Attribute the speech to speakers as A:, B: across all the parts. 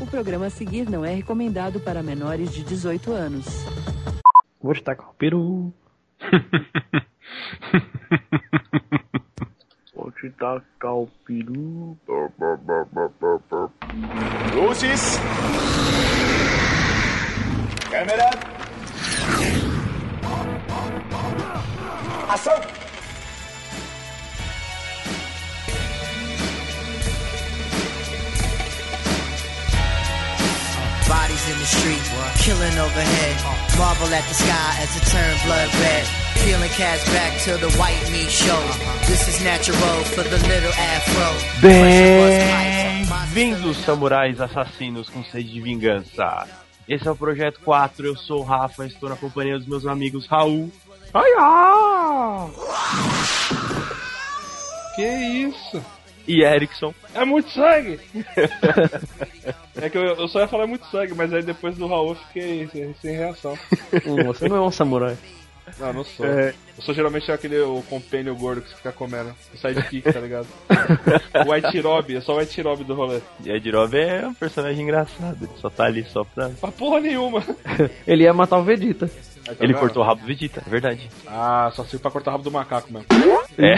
A: O programa a seguir não é recomendado para menores de 18 anos.
B: Vou destacar o peru.
C: Vou te tacar o peru.
D: Luzes! Câmera! Ação!
E: Bodies in the street, killing overhead. Marvel at the sky as it turned blood red. Peeling cash back till the white meat shows. This is natural for the little afro.
F: Bem-vindos, samurais assassinos com sede de vingança. Esse é o Projeto 4, eu sou o Rafa, estou na companhia dos meus amigos Raul.
B: Ai, ah!
G: Que isso?
F: E Erickson.
G: É muito sangue! é que eu, eu só ia falar muito sangue, mas aí depois do Raul eu fiquei sem, sem reação.
B: Hum, Você não é um samurai.
G: Não, não sou.
B: É.
G: Eu sou geralmente aquele o compênio gordo que você fica comendo. O sidekick, tá ligado? o Aitirobi, eu sou o Aitirobi do rolê.
F: E Edirov é um personagem engraçado, ele só tá ali só pra.
G: Pra porra nenhuma.
B: Ele ia matar o Vegeta.
G: Aí, tá
F: Ele
G: vendo?
F: cortou o rabo do Vegeta, é verdade.
G: Ah, só sirve pra cortar o rabo do macaco mesmo.
F: É.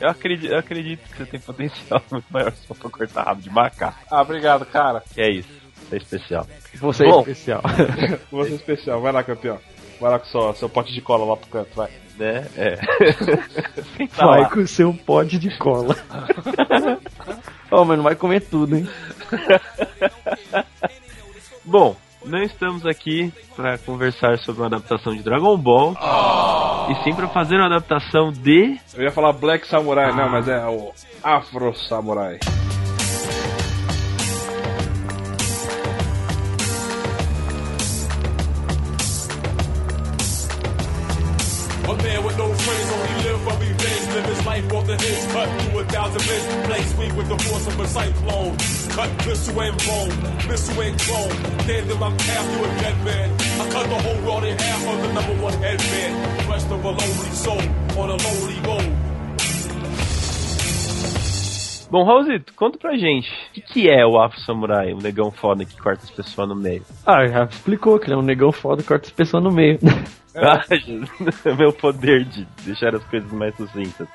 F: Eu acredito, eu acredito que você tem potencial muito maior só pra cortar rabo de macaco.
G: Ah, obrigado, cara.
F: Que é isso, você é especial.
B: Você é
F: Bom.
B: especial.
G: Você é especial. Vai lá, campeão. Vai lá com só, seu pote de cola lá pro canto, vai.
F: Né? É. Quem tá lá?
B: Vai com o seu pote de cola. Ó, mas não vai comer tudo, hein?
F: Bom, não estamos aqui para conversar sobre uma adaptação de Dragon Ball, e sim para fazer uma adaptação de.
G: Eu ia falar Black Samurai,
H: Ah.
G: não, mas é o Afro Samurai.
D: A man with no friends, only live for revenge. Live his life off the edge, cut through a thousand men. Blaze me with the force of a cyclone. Cut missile and bone, missile and clone. Stand in my path, you a dead man. I cut the whole world in half on the number one headman. Rest of a lonely soul on a lonely road.
F: Bom, Raulzito, conta pra gente. O que, que é o Afro Samurai, o negão foda que corta as pessoas no meio?
B: Ah, já explicou que ele é um negão foda, corta as pessoas no meio.
F: Ah, Meu poder de deixar as coisas mais sucintas.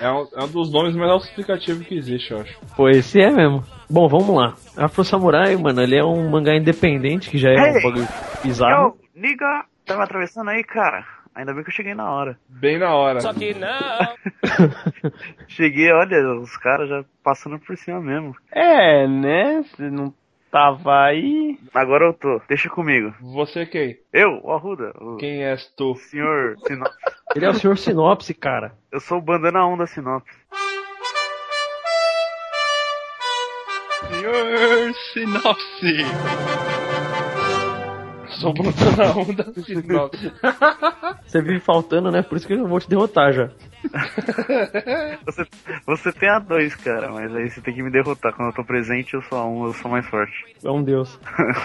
G: É um, é um dos nomes mais autoexplicativos que existe, eu acho.
B: Pois esse é mesmo. Bom, vamos lá. Afro Samurai, mano, ele é um mangá independente que já é um
H: Hey!
B: bagulho bizarro.
H: Niga, tava atravessando aí, cara. Ainda bem que eu cheguei na hora.
G: Bem na hora.
H: Cheguei, olha, os caras já passando por cima mesmo.
F: É, né? Você não tava aí.
H: Agora eu tô, deixa comigo.
G: Você quem?
H: Eu, o Arruda, o
G: Quem és tu?
H: senhor Sinop.
B: Ele é o senhor sinopse, cara.
H: Eu sou o bandana 1 da Sinop.
G: Senhor Sinopse! Sou Bruno na onda Sinopse.
B: Você vive faltando, né? Por isso que eu vou te derrotar já.
H: Você, você tem a 2, cara, mas aí você tem que me derrotar. Quando eu tô presente, eu sou a 1, eu sou mais forte.
B: É um deus.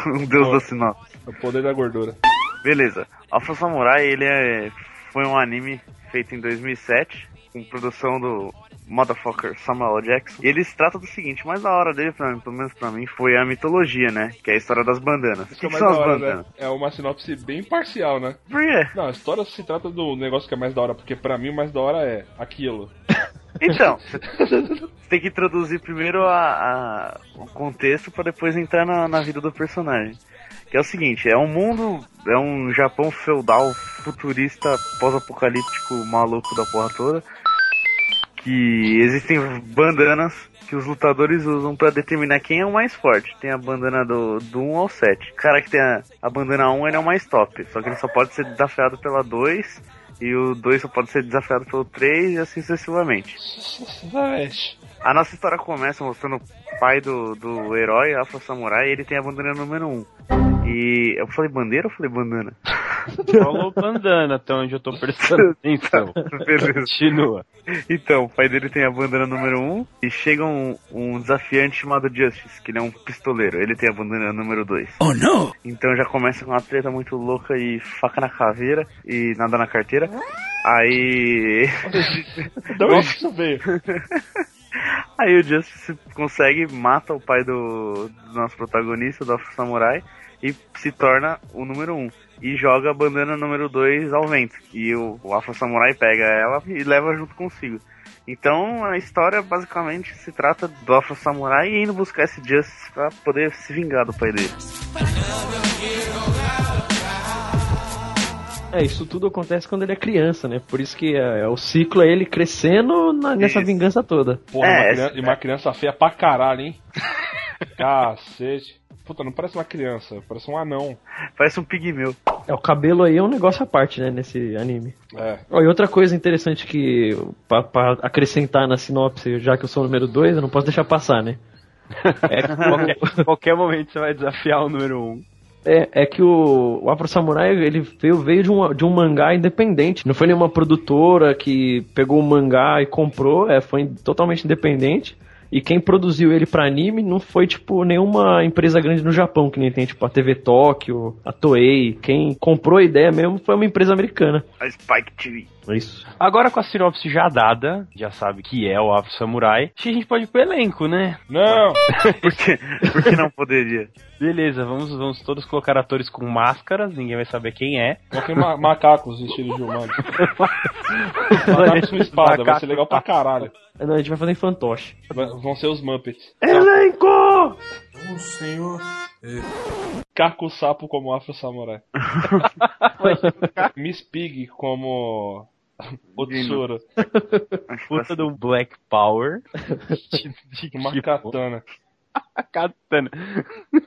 H: o deus da Sinop.
G: O poder da gordura.
H: Beleza. Alpha Samurai, ele é, foi um anime feito em 2007, com produção do motherfucker Samuel L. Jackson. E ele se trata do seguinte, mais da hora dele, pra mim, pelo menos pra mim, foi a mitologia, né? Que é a história das bandanas. O
G: Isso que
H: que,
G: é mais
H: que são
G: da
H: as
G: hora,
H: bandanas?
G: né? É uma sinopse bem parcial, né?
H: Por quê?
G: Não, a história se trata do negócio que é mais da hora, porque pra mim o mais da hora é aquilo.
H: Então, você tem que introduzir primeiro a- a- o contexto pra depois entrar na, na vida do personagem. Que é o seguinte, é um mundo, é um Japão feudal, futurista, pós-apocalíptico, maluco da porra toda, que existem bandanas que os lutadores usam pra determinar quem é o mais forte. Tem a bandana do, do 1 ao 7. O cara que tem a, a bandana 1, ele é o mais top, só que ele só pode ser desafiado pela 2, e o 2 só pode ser desafiado pelo 3, e assim sucessivamente.
G: Exatamente.
H: A nossa história começa mostrando o pai do, do herói, Afro Samurai, e ele tem a bandeira número 1. E eu falei bandeira ou falei bandana?
F: Falou bandana, até onde eu tô prestando atenção.
H: Beleza.
F: Continua.
H: Então, o pai dele tem a bandana número 1 e chega um, um desafiante chamado Justice, que ele é um pistoleiro. Ele tem a bandana número 2.
E: Oh no!
H: Então já começa com uma treta muito louca e faca na caveira e nada na carteira. Aí
B: Então
G: De onde isso veio?
H: Aí o Justice consegue, mata o pai do, do nosso protagonista, do Afro Samurai, e se torna o número 1. Um, e joga a bandana número 2 ao vento. E o, o Afro Samurai pega ela e leva junto consigo. Então a história basicamente se trata do Afro Samurai indo buscar esse Justice pra poder se vingar do pai dele.
B: É, isso tudo acontece quando ele é criança, né? Por isso que é, é o ciclo é ele crescendo na- nessa
H: Isso.
B: vingança toda.
G: Porra,
H: É,
G: uma
H: essa-
G: criança, e uma criança feia pra caralho, hein? Cacete. Puta, não parece uma criança, parece um anão.
H: Parece um pigmeu.
B: É, o cabelo aí é um negócio à parte, né, nesse anime.
G: É.
B: Ó, e outra coisa interessante que, pra, pra acrescentar na sinopse, já que eu sou o número 2, eu não posso deixar passar, né? É, que
F: Qualquer,
B: o-
F: qualquer momento você vai desafiar o número 1. Um.
B: é, é que o, o Afro Samurai ele veio, veio de, um, de um mangá independente. Não foi nenhuma produtora que pegou o mangá e comprou, é, foi totalmente independente. E quem produziu ele pra anime não foi, tipo, nenhuma empresa grande no Japão, que nem tem, tipo, a TV Tóquio, a Toei. Quem comprou a ideia mesmo foi uma empresa americana.
H: A Spike TV.
B: É Isso.
F: Agora com a sinopse já dada, já sabe que é o Afro Samurai, acho que a gente pode ir pro elenco, né?
G: Não!
H: Por que, por que não poderia?
F: Beleza, vamos, vamos todos colocar atores com máscaras, ninguém vai saber quem é.
G: Coloquei ma macacos vestidos de humano. Macacos com espada, vai ser legal pra caralho.
B: Não, a gente vai fazer em fantoche.
G: Va- Vão ser os Muppets.
B: Elenco!
D: O senhor
G: Caco Sapo como Afro Samurai. Miss Pig como. Otsuro.
F: Puta do Black Power. De- de- de-
G: Uma katana.
F: katana.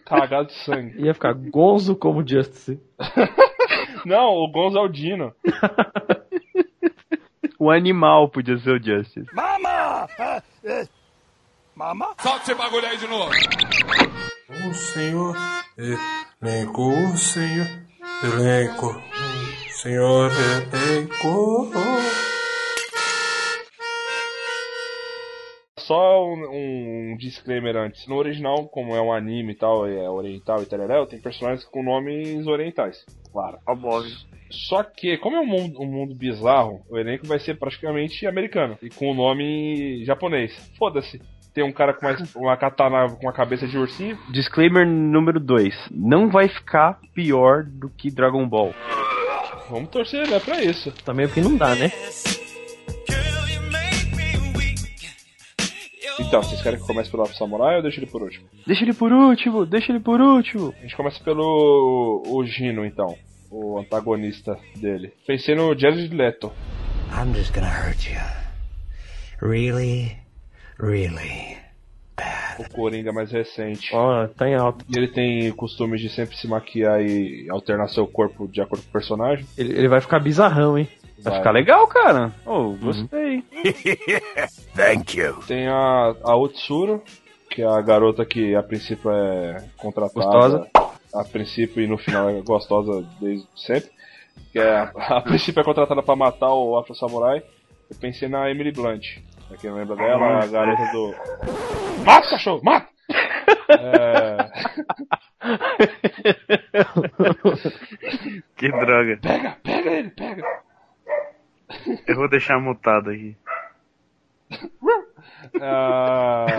G: Cagado de sangue.
B: Ia ficar Gonzo como Justice.
G: Não, o Gonzaldino.
F: O animal podia ser o Justice.
D: Solte esse bagulho aí de novo. O senhor elenco, o senhor elenco, o senhor elenco.
G: Só um, um disclaimer antes. No original, como é um anime e tal, é oriental e tal, tem personagens com nomes orientais. Claro.
H: Óbvio.
G: Só que, como é um mundo, um mundo bizarro, o elenco vai ser praticamente americano e com o nome japonês. Foda-se. Tem um cara com uma, uma katana com a cabeça de ursinho.
F: Disclaimer número 2. Não vai ficar pior do que Dragon Ball.
G: Vamos torcer, né, pra isso.
B: Também porque não dá, né?
G: Então, vocês querem que eu comece pelo Afro Samurai ou deixa ele por último?
F: Deixa ele por último, deixa ele por último.
G: A gente começa pelo o Gino, então. O antagonista dele. Pensei no Jared Leto.
I: I'm just gonna hurt you. Really, really.
G: O Coringa mais recente.
B: Ó, tá em alta.
G: E ele tem costumes de sempre se maquiar e alternar seu corpo de acordo com o personagem.
B: Ele, ele vai ficar bizarrão, hein?
F: Vai ficar legal, cara. Oh, gostei.
I: Thank you.
G: Tem a, a Otsuro, que é a garota que a princípio é contratada.
F: Gostosa.
G: A princípio e no final é gostosa desde sempre. Que é, a princípio é contratada pra matar o Afro Samurai. Eu pensei na Emily Blunt. Pra quem não lembra dela, a garota do. Mata, cachorro! Mata! É,
H: Que droga.
G: pega, pega ele, pega!
H: Eu vou deixar mutado aqui.
G: Ah,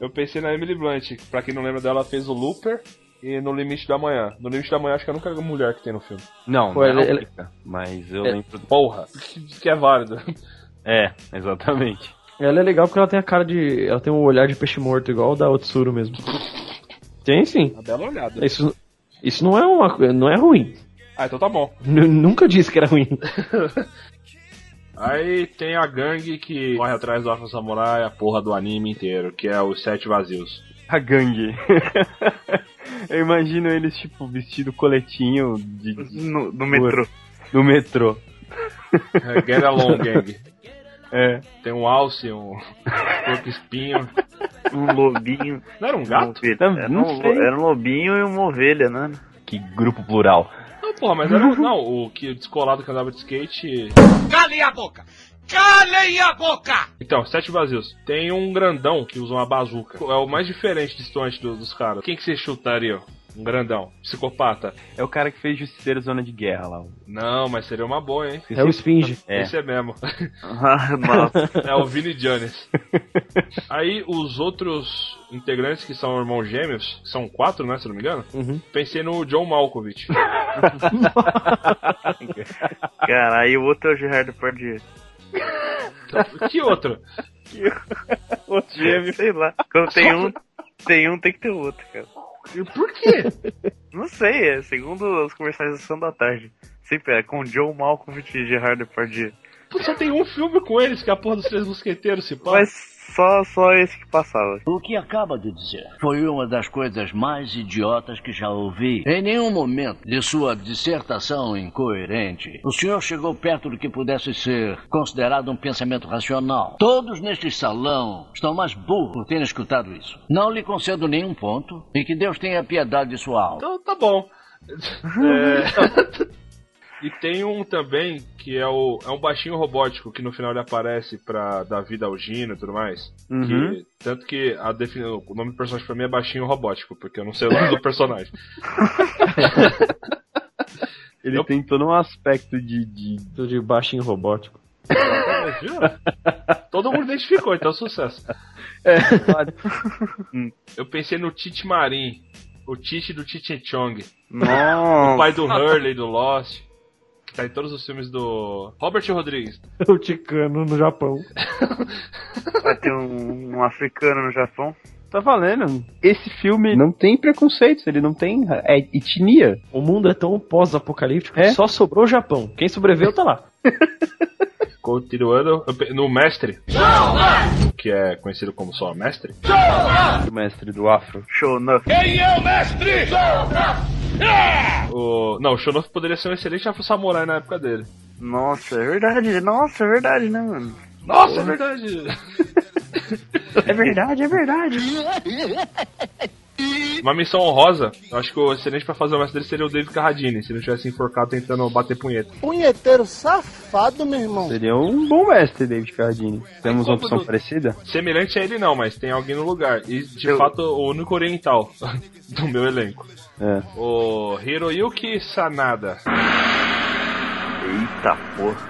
G: Eu pensei na Emily Blunt, que pra quem não lembra dela, ela fez o Looper e No Limite da Manhã. No Limite da Manhã acho que é a única mulher que tem no filme.
F: Não,
B: Pô,
F: não
B: ele- ele-
F: fica, Mas eu
B: É.
F: lembro.
G: Porra, que, que é válido.
F: É, exatamente.
B: Ela é legal porque ela tem a cara de. Ela tem um olhar de peixe morto, igual o da Otsuru mesmo. Tem sim.
G: Uma bela olhada.
B: Isso, isso não é uma co- não é ruim.
G: Ah, então tá bom.
B: N- nunca disse que era ruim.
G: Aí tem a gangue que corre atrás do Afro Samurai, a porra do anime inteiro, que é os Sete Vazios.
F: A gangue. eu imagino eles, tipo, vestido coletinho de, de-
H: No, no metrô.
F: no metrô.
G: É, Get Along Gang.
F: É.
G: Tem um Alce, um Porco Espinho.
H: Um lobinho.
G: Não era um
H: uma
G: gato?
H: ovelha.
F: Não,
H: Era,
F: não
H: um,
F: sei.
H: era um lobinho e uma ovelha, né?
F: Que grupo plural.
G: Não, porra, mas era um. Não, o que o descolado que andava de skate.
D: Calem a boca! Calem a boca!
G: Então, sete vazios. Tem um grandão que usa uma bazuca. É o mais diferente distante do- dos caras. Quem que você chutaria? Um grandão. Psicopata.
F: É o cara que fez Justiceiro Zona de Guerra lá. o-
G: Não, mas seria uma boa, hein?
B: É o Esfinge.
F: É.
G: Esse é mesmo.
H: Ah, Nossa.
G: É o Vini Jones. Aí os outros integrantes que são irmãos gêmeos, são quatro, né, se não me engano, pensei no John Malkovich.
H: Cara, aí o outro é o Gerardo Pardier.
G: que outro?
H: O gêmeo. Sei lá. Quando tem um, tem um, tem que ter o outro, cara.
G: E Por quê?
H: Não sei, é segundo os comerciais da Sessão da Tarde. Sempre é com John Malkovich e Gerard Depardieu.
G: Pô, Só tem um filme com eles, que é a porra dos Três Mosqueteiros, se pá.
H: Mas só, só esse que passava.
J: O que acaba de dizer foi uma das coisas mais idiotas que já ouvi. Em nenhum um momento de sua dissertação incoerente, o senhor chegou perto do que pudesse ser considerado um pensamento racional. Todos neste salão estão mais burros por terem escutado isso. Não lhe concedo nenhum ponto e que Deus tenha piedade de sua alma.
G: Então tá bom. É. E tem um também que é o é um baixinho robótico que no final ele aparece pra dar vida ao Gino e tudo mais. Que- tanto que a defini- o nome do personagem pra mim é baixinho robótico, porque eu não sei o nome do personagem.
F: Ele
G: Eu-
F: tem todo um aspecto de. de...
B: Tudo de baixinho robótico.
G: Mas, viu? Todo mundo identificou, então é sucesso. Eu pensei no Tite Marin, o Tite do Tite Chong, o
H: Nossa.
G: pai do Hurley do Lost, que tá em todos os filmes do Robert Rodrigues.
B: o Ticano no Japão.
H: Vai ter um, um africano no Japão.
F: Tá valendo. Esse filme não tem preconceitos, ele não tem é, etnia.
B: O mundo é tão pós-apocalíptico que
F: É?
B: só sobrou o Japão. Quem sobreviveu tá lá.
G: Continuando, eu pe- no Mestre, que é conhecido como só Mestre,
F: O mestre do afro.
H: Show enough.
G: o... não, o Shonoff poderia ser um excelente afro samurai na época dele.
H: Nossa, é verdade. Nossa, é verdade, né, mano?
G: Nossa, é verdade!
H: É verdade, é verdade.
G: Uma missão honrosa, eu acho que o excelente pra fazer o mestre dele seria o David Carradine, se ele não tivesse enforcado tentando bater punheta.
I: Punheteiro safado, meu irmão.
F: Seria um bom mestre, David Cardini. Temos uma
G: como
F: opção
G: não-
F: parecida?
G: Semelhante a ele não, mas tem alguém no lugar. E de
H: Eu-
G: fato o único oriental do meu elenco.
F: É.
G: O Hiroyuki Sanada.
H: Eita porra.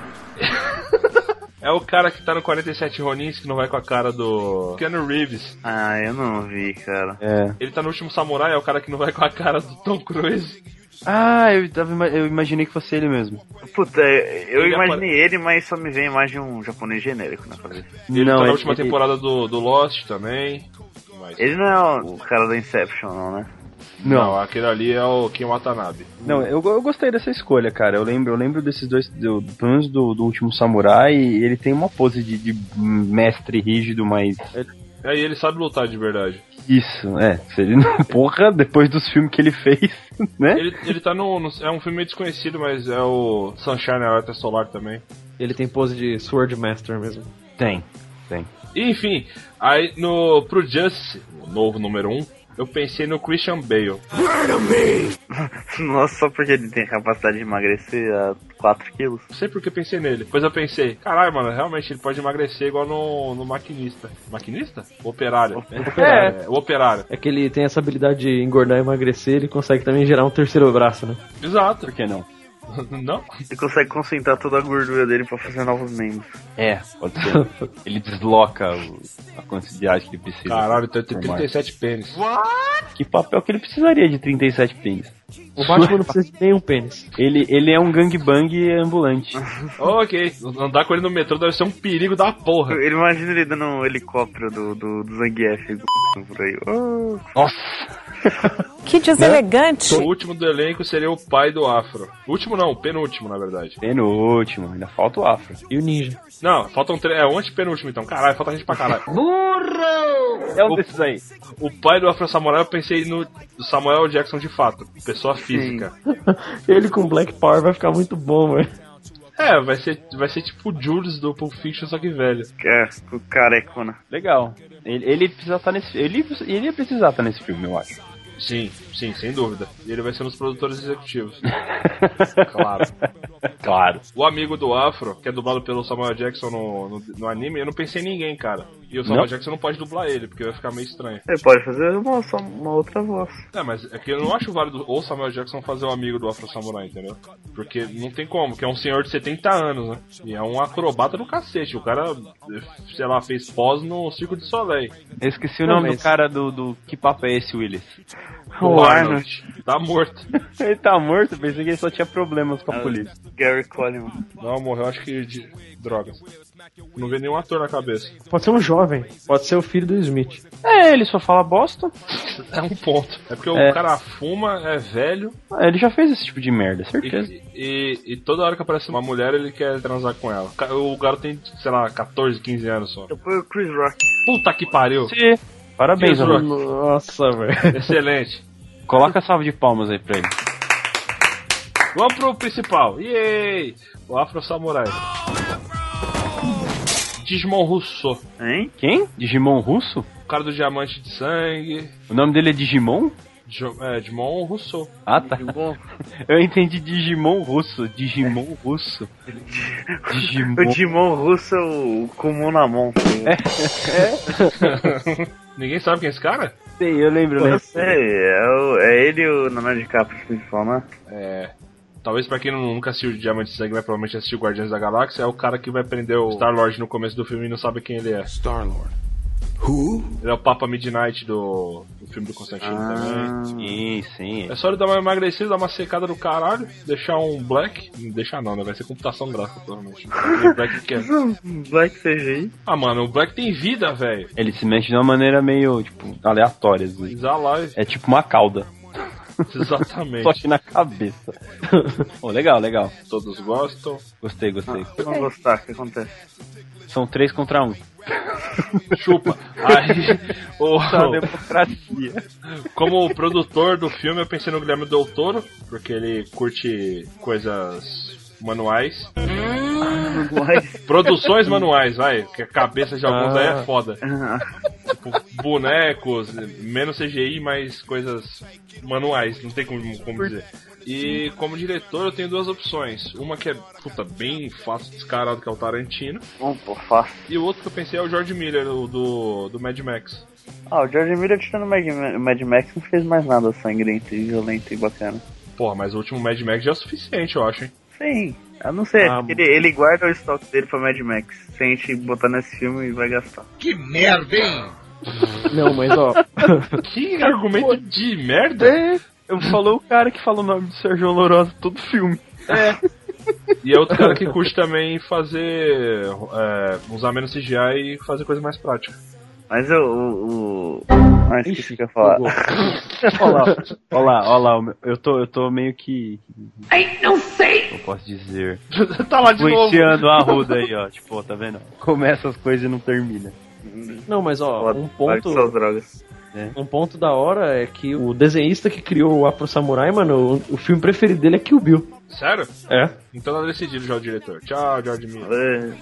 G: É o cara que tá no 47 Ronins, que não vai com a cara do Keanu Reeves.
H: Ah, eu não vi, cara.
F: É.
G: Ele tá no último samurai, é o cara que não vai com a cara do Tom Cruise.
F: Ah, eu, tava, ima- eu imaginei que fosse ele mesmo.
H: Puta, eu
G: É. Ele
H: imaginei ele, mas só me vem a imagem de um japonês genérico na cabeça.
G: Ele tá na
F: ele-
G: última
F: é ele-
G: temporada do, do Lost também. Mas-
H: Ele não é o cara da Inception, não, né?
F: Não,
G: Não, aquele ali é o Kim Watanabe.
F: Não, eu, eu gostei dessa escolha, cara. Eu lembro, eu lembro desses dois, do, pelo menos do, do último samurai, e ele tem uma pose de, de mestre rígido, mas.
G: Aí ele sabe lutar de verdade.
F: Isso, é. Se ele não. Porra, depois dos filmes que ele fez, né?
G: Ele, ele tá no, no- É um filme meio desconhecido, mas é o Sunshine Alerta Solar também.
B: Ele tem pose de Sword Master mesmo.
F: Tem.
G: E, enfim, aí no. Pro Justice, o novo número 1, um, eu pensei no Christian Bale.
H: Nossa, só porque ele tem a capacidade de emagrecer a 4 quilos.
G: Não sei porque eu pensei nele. Depois eu pensei, caralho, mano, realmente ele pode emagrecer igual no, no maquinista. Maquinista? Operário. É, o operário.
B: É que ele tem essa habilidade de engordar e emagrecer, ele consegue também gerar um terceiro braço, né?
G: Exato.
F: Por que não?
G: Não?
H: Ele consegue concentrar toda a gordura dele pra fazer novos membros.
F: É, pode ser. ele desloca o- a quantidade que ele precisa.
G: Caralho, então ele tem 37 pênis.
F: Que papel que ele precisaria de 37 pins?
B: O Batman não precisa de nenhum pênis.
F: Ele, ele é um gangbang ambulante.
G: Ok, andar com ele no metrô deve ser um perigo da porra.
H: Ele imagina ele dando um helicóptero do, do, do Zangief por aí. Oh,
K: Que deselegante.
G: O último do elenco seria o pai do Afro. O último não, o penúltimo, na verdade.
F: Penúltimo, É ainda falta o afro.
B: E o ninja.
G: Não, faltam três. É o antepenúltimo então. Caralho, falta gente pra caralho.
F: É um desses aí.
G: O pai do Afro Samurai eu pensei no Samuel Jackson de fato. Pessoa física.
B: Ele com Black Power vai ficar muito bom, velho.
G: É, vai ser, vai ser tipo o Jules do Pulp Fiction, só que velho.
H: é, o carecona.
F: Legal. Ele, ele precisa estar nesse ele ele ia precisar estar nesse filme, eu acho.
G: Sim, sim, sem dúvida. E ele vai ser um dos produtores executivos. claro.
F: Claro.
G: O amigo do Afro, que é dublado pelo Samuel Jackson no, no, no anime, eu não pensei em ninguém, cara. E o
H: Não.
G: Samuel Jackson não pode dublar ele, porque vai ficar meio estranho.
H: Ele pode fazer uma, só uma outra voz.
G: É, mas é que eu não acho válido o Samuel Jackson fazer um amigo do Afro Samurai, entendeu? Porque não tem como, que é um senhor de 70 anos, né? E é um acrobata do cacete. O cara, sei lá, fez pós no Circo de Soleil.
F: Eu esqueci o
G: Não,
F: nome
G: mas-
F: do cara do, do. Que papo é esse, Willis?
G: O
H: né?
G: Arnold. Tá morto.
F: ele tá morto? Pensei que ele só tinha problemas
B: Ah.
F: com a polícia.
H: Gary Coleman.
G: Não, morreu, acho que de drogas. Não vê nenhum ator na cabeça.
B: Pode ser um jovem, pode ser o filho do Smith.
F: É, ele só fala bosta.
G: É um ponto. É porque
F: É.
G: o cara fuma, é velho.
F: Ah, ele já fez esse tipo de merda, certeza.
G: E, e, e toda hora que aparece uma mulher, ele quer transar com ela. Ca- O garoto tem, sei lá, 14, 15 anos só.
H: Foi o Chris Rock.
G: Puta que pariu.
F: Sim. Parabéns,
G: Chris Rock.
B: Nossa, velho.
G: Excelente.
F: Coloca a salva de palmas aí pra ele.
G: Vamos pro principal. Yay! O Afro Samurai. Digimon Russo.
H: Hein?
F: Quem? Digimon russo?
G: O cara do diamante de sangue.
F: O nome dele é Digimon?
G: Digimon- É, Digimon Russo.
F: Ah, tá. Eu entendi Digimon russo. Digimon russo.
H: O
F: Digimon.
H: Digimon russo é o Kumonamon.
G: Ninguém sabe quem é esse cara?
F: Sei, eu lembro,
B: né?
H: Eu sei, é, o- é ele o Naná de Capa principal, né?
G: É. Talvez pra quem não- nunca assistiu Diamante de Sangue, mas provavelmente assistiu Guardiões da Galáxia, é o cara que vai prender o Star-Lord no começo do filme e não sabe quem ele é. Star-Lord. Who? Ele é o Papa Midnight do, do filme do Constantino também.
F: Sim, sim.
G: É só ele dar uma emagrecida, dar uma secada do caralho, deixar um black. Não deixar não, né? Vai ser computação gráfica, provavelmente. O black que é.
H: Black CGI.
G: Ah, mano, o black tem vida, velho.
F: Ele se mexe de uma maneira meio, tipo, aleatória. assim.
G: Dá live.
F: É tipo uma cauda.
G: Exatamente.
F: Só que na cabeça. Pô, legal, legal.
G: Todos gostam.
F: Gostei, gostei.
H: Se não gostar, o que acontece?
F: São três contra um.
G: Chupa. Aí, o,
F: Tá a democracia.
G: como o produtor do filme, eu pensei no Guilherme Del Toro, porque ele curte coisas manuais. Produções manuais, vai. Que a cabeça de alguns
H: Ah.
G: aí é foda. Tipo, bonecos, menos CGI, mais coisas manuais, não tem como, como dizer. E como diretor eu tenho duas opções. Uma que é, puta, bem fácil, descarado, que é o Tarantino.
H: Bom, pô, fácil.
G: E o outro que eu pensei é o George Miller, o do, do Mad Max.
H: Ah, o George Miller tirando o Mad, Mad Max não fez mais nada sangrento e violento e bacana.
G: Porra, mas o último Mad Max já é o suficiente, eu acho, hein?
H: Sim, eu não sei.
G: Ah,
H: ele, ele guarda o estoque dele pra Mad Max. Se a gente botar nesse filme e vai gastar.
G: Que merda, hein?
B: Não, mas ó.
G: que argumento de merda?
F: é. eu falou o cara que falou o nome do Sérgio Lourosa todo filme.
G: É. E é outro cara que curte também fazer. é, usar menos CGI e fazer coisa mais prática.
H: Mas eu, o. o... Ah, esqueci o que eu ia falar.
F: Olha lá, olha lá, olha lá, o meu- eu tô, eu tô meio que.
D: Ain't no safe.
F: Eu posso dizer.
G: tá lá de novo.
F: Influenciando a Arruda aí, ó. Tipo, ó, tá vendo? Começa as coisas e não termina.
B: Não, mas ó, um
H: Vai com suas
B: ponto.
H: drogas.
B: Um ponto da hora é que o desenhista que criou o Afro Samurai, mano, o, o filme preferido dele é Kill Bill.
G: Sério?
B: É.
G: Então tá decidido já o diretor. Tchau, George Miller.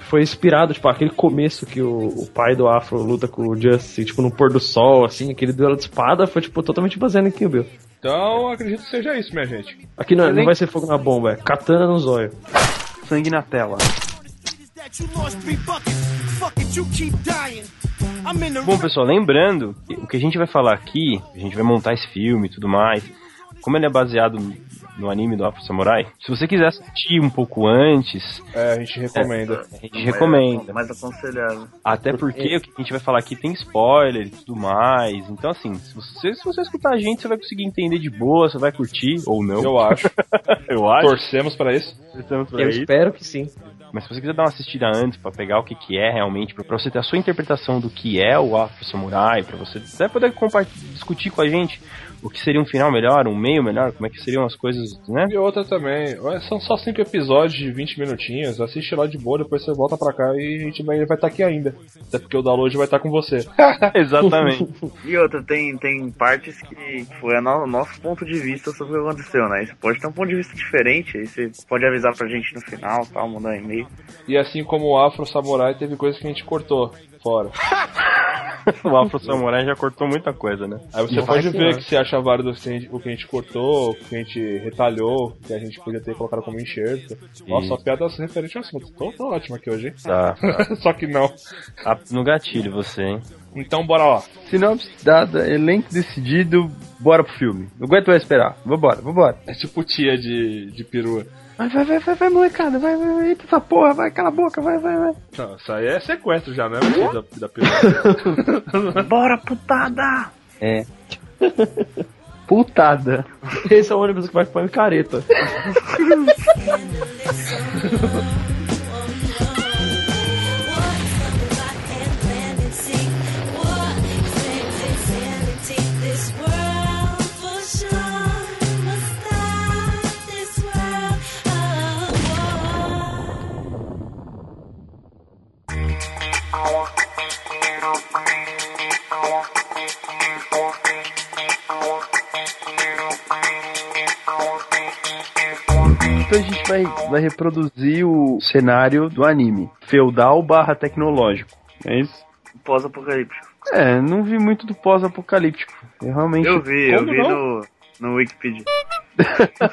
B: Foi inspirado, tipo, aquele começo que o, o pai do Afro luta com o Justin, tipo, no pôr do sol, assim, aquele duelo de espada, foi, tipo, totalmente baseado em Kill Bill.
G: Então acredito que seja isso, minha gente.
B: Aqui não, não vai ser fogo na bomba, é katana no zóio.
F: Sangue na tela.
D: You lost three buckets. Fuck it, you keep dying. I'm in the
F: Bom, pessoal, lembrando, que o que a gente vai falar aqui, a gente vai montar esse filme e tudo mais, como ele é baseado no anime do Afro Samurai, se você quiser assistir um pouco antes,
G: É, a gente recomenda.
F: a gente recomenda.
H: Mas é, aconselhável.
F: Até porque o que a gente vai falar aqui tem spoiler e tudo mais. Então, assim, se você, se você escutar a gente, você vai conseguir entender de boa, você vai curtir ou não.
G: Eu acho.
F: Eu
G: É.
F: acho.
G: Torcemos pra É isso.
F: Torcemos pra
B: Eu
F: isso.
B: espero que sim.
F: Mas se você quiser dar uma assistida antes pra pegar o que, que é realmente, pra pra você ter a sua interpretação do que é o Afro Samurai, pra você até poder compa- discutir com a gente o que seria um final melhor, um meio melhor, como é que seriam as coisas, né?
G: E outra também. Ué, São só cinco episódios de 20 minutinhos. Assiste lá de boa, depois você volta pra cá e a gente vai estar aqui ainda. Até porque o download vai estar com você.
F: Exatamente.
H: E outra, tem, tem partes que foi o no, nosso ponto de vista sobre o que aconteceu, né? Você pode ter um ponto de vista diferente, aí você pode avisar pra gente no final, tal, mandar um e-mail.
G: E assim como o Afro Samurai, teve coisas que a gente cortou fora.
F: o Afro Samurai já cortou muita coisa, né?
G: Aí você pode ver que se acha válido se a gente- o que a gente cortou, o que a gente retalhou, o que a gente podia ter colocado como enxerto. Nossa, a piada referente ao assunto. Tô, tô ótimo aqui hoje, hein?
F: Tá.
G: Só que não.
F: no gatilho você, hein?
G: Então bora lá.
F: Sinopse dada, elenco decidido, bora pro filme. Não aguento mais esperar. Vambora, vambora.
G: É tipo tia de, de perua.
B: Vai, vai, vai, vai, vai, molecada, vai, vai, vai, eita essa porra, vai, cala a boca, vai, vai, vai.
G: Não, isso aí é sequestro já, né? Da, da perua.
H: Bora, putada!
F: É.
B: Putada. Esse é o ônibus que vai pra careta.
F: Então a gente vai, vai reproduzir o cenário do anime. Feudal barra tecnológico. É isso?
H: Pós-apocalíptico.
F: É, não vi muito do pós-apocalíptico. Eu realmente.
H: Eu vi, eu
F: Como
H: vi
F: não?
H: no, no Wikipedia.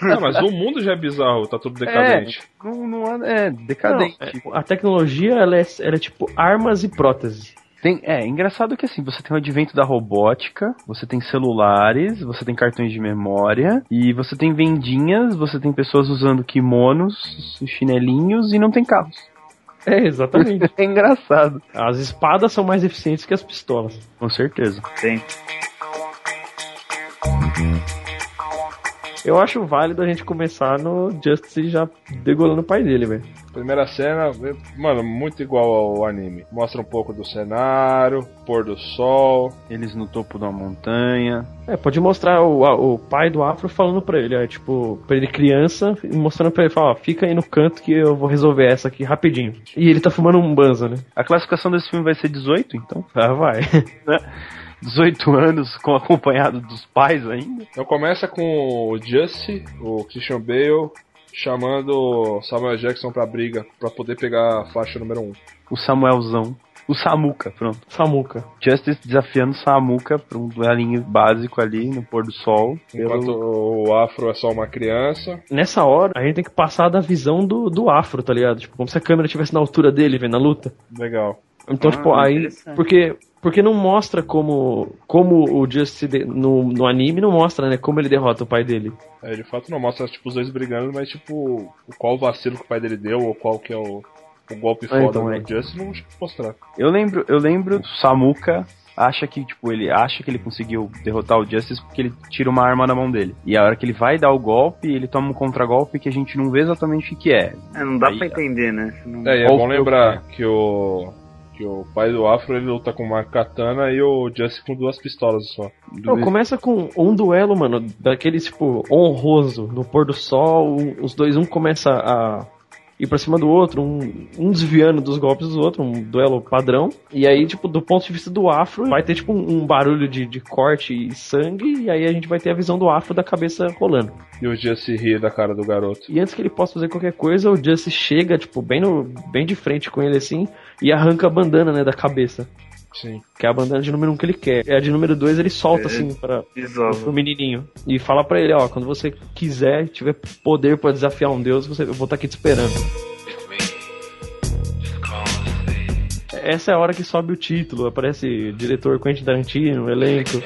G: Não, mas o mundo já é bizarro, tá tudo decadente.
F: É, não, não há- é decadente.
B: Não, é, a tecnologia, ela é, ela é tipo armas e próteses.
F: Tem, é, engraçado que assim, você tem o advento da robótica, você tem celulares, você tem cartões de memória, e você tem vendinhas, você tem pessoas usando kimonos, chinelinhos e não tem carros.
B: É, exatamente.
F: é engraçado.
B: As espadas são mais eficientes que as pistolas.
F: Com certeza.
H: Tem.
B: Eu acho válido a gente começar no Justice já degolando o pai dele, velho.
G: Primeira cena, mano, muito igual ao anime. Mostra um pouco do cenário, pôr do sol.
F: Eles no topo da montanha.
B: É, pode mostrar o, a- o pai do Afro falando pra ele, ó, tipo, pra ele criança, mostrando pra ele, fala, ó, fica aí no canto que eu vou resolver essa aqui rapidinho. E ele tá fumando um banza, né?
F: A classificação desse filme vai ser 18, então?
B: Ah, vai.
F: 18 anos, com acompanhado dos pais ainda.
G: Então começa com o Justy, o Christian Bale, chamando o Samuel Jackson pra briga, pra poder pegar a faixa número 1.
F: O Samuelzão. O Samuca, pronto.
B: Samuca.
F: Justice desafiando Samuca pra um duelinho básico ali no pôr do sol.
G: Enquanto o Afro é só uma criança.
B: Nessa hora, a gente tem que passar da visão do, do Afro, tá ligado? Tipo, como se a câmera estivesse na altura dele, vendo a luta.
G: Legal.
B: Então,
G: Ah,
B: tipo, aí.
G: interessante.
B: Porque, porque não mostra como. Como o Justice de- no, no anime não mostra, né? Como ele derrota o pai dele.
G: É, de fato não mostra tipo, os dois brigando, mas tipo, qual o vacilo que o pai dele deu, ou qual que é o, o golpe
F: Ah,
G: foda
F: então
G: do
F: é.
G: Justy, não vou tipo, mostrar.
F: Eu lembro, eu lembro do Samuka acha que, tipo, ele acha que ele conseguiu derrotar o Justice porque ele tira uma arma na mão dele. E a hora que ele vai dar o golpe, ele toma um contragolpe que a gente não vê exatamente o que é.
H: É, não dá
F: Aí,
H: pra entender, né? Não...
G: É, e é
F: Qual
G: bom
F: foi o
G: lembrar que o que o pai do Afro ele luta com uma katana e o Justin com duas pistolas só.
B: Não, começa com um duelo, mano, daquele, tipo, honroso, no pôr do sol, um- os dois, um começa a ir pra cima do outro, um, um desviando dos golpes do outro, um duelo padrão. E aí, tipo, do ponto de vista do afro, vai ter, tipo, um, um barulho de, de corte e sangue, e aí a gente vai ter a visão do afro da cabeça rolando.
G: E o Justin ri da cara do garoto.
B: E antes que ele possa fazer qualquer coisa, o Justice chega, tipo, bem, no, bem de frente com ele, assim, e arranca a bandana, né, da cabeça.
G: Sim.
B: Que é a bandana de número 1 um que ele quer. É a de número 2 ele solta,
H: É,
B: assim, pra,
H: Desova.
B: pro menininho. E fala pra ele, ó, quando você quiser, tiver poder pra desafiar um deus, você, eu vou estar aqui te esperando. Essa é a hora que sobe o título, aparece diretor Quentin Tarantino, elenco.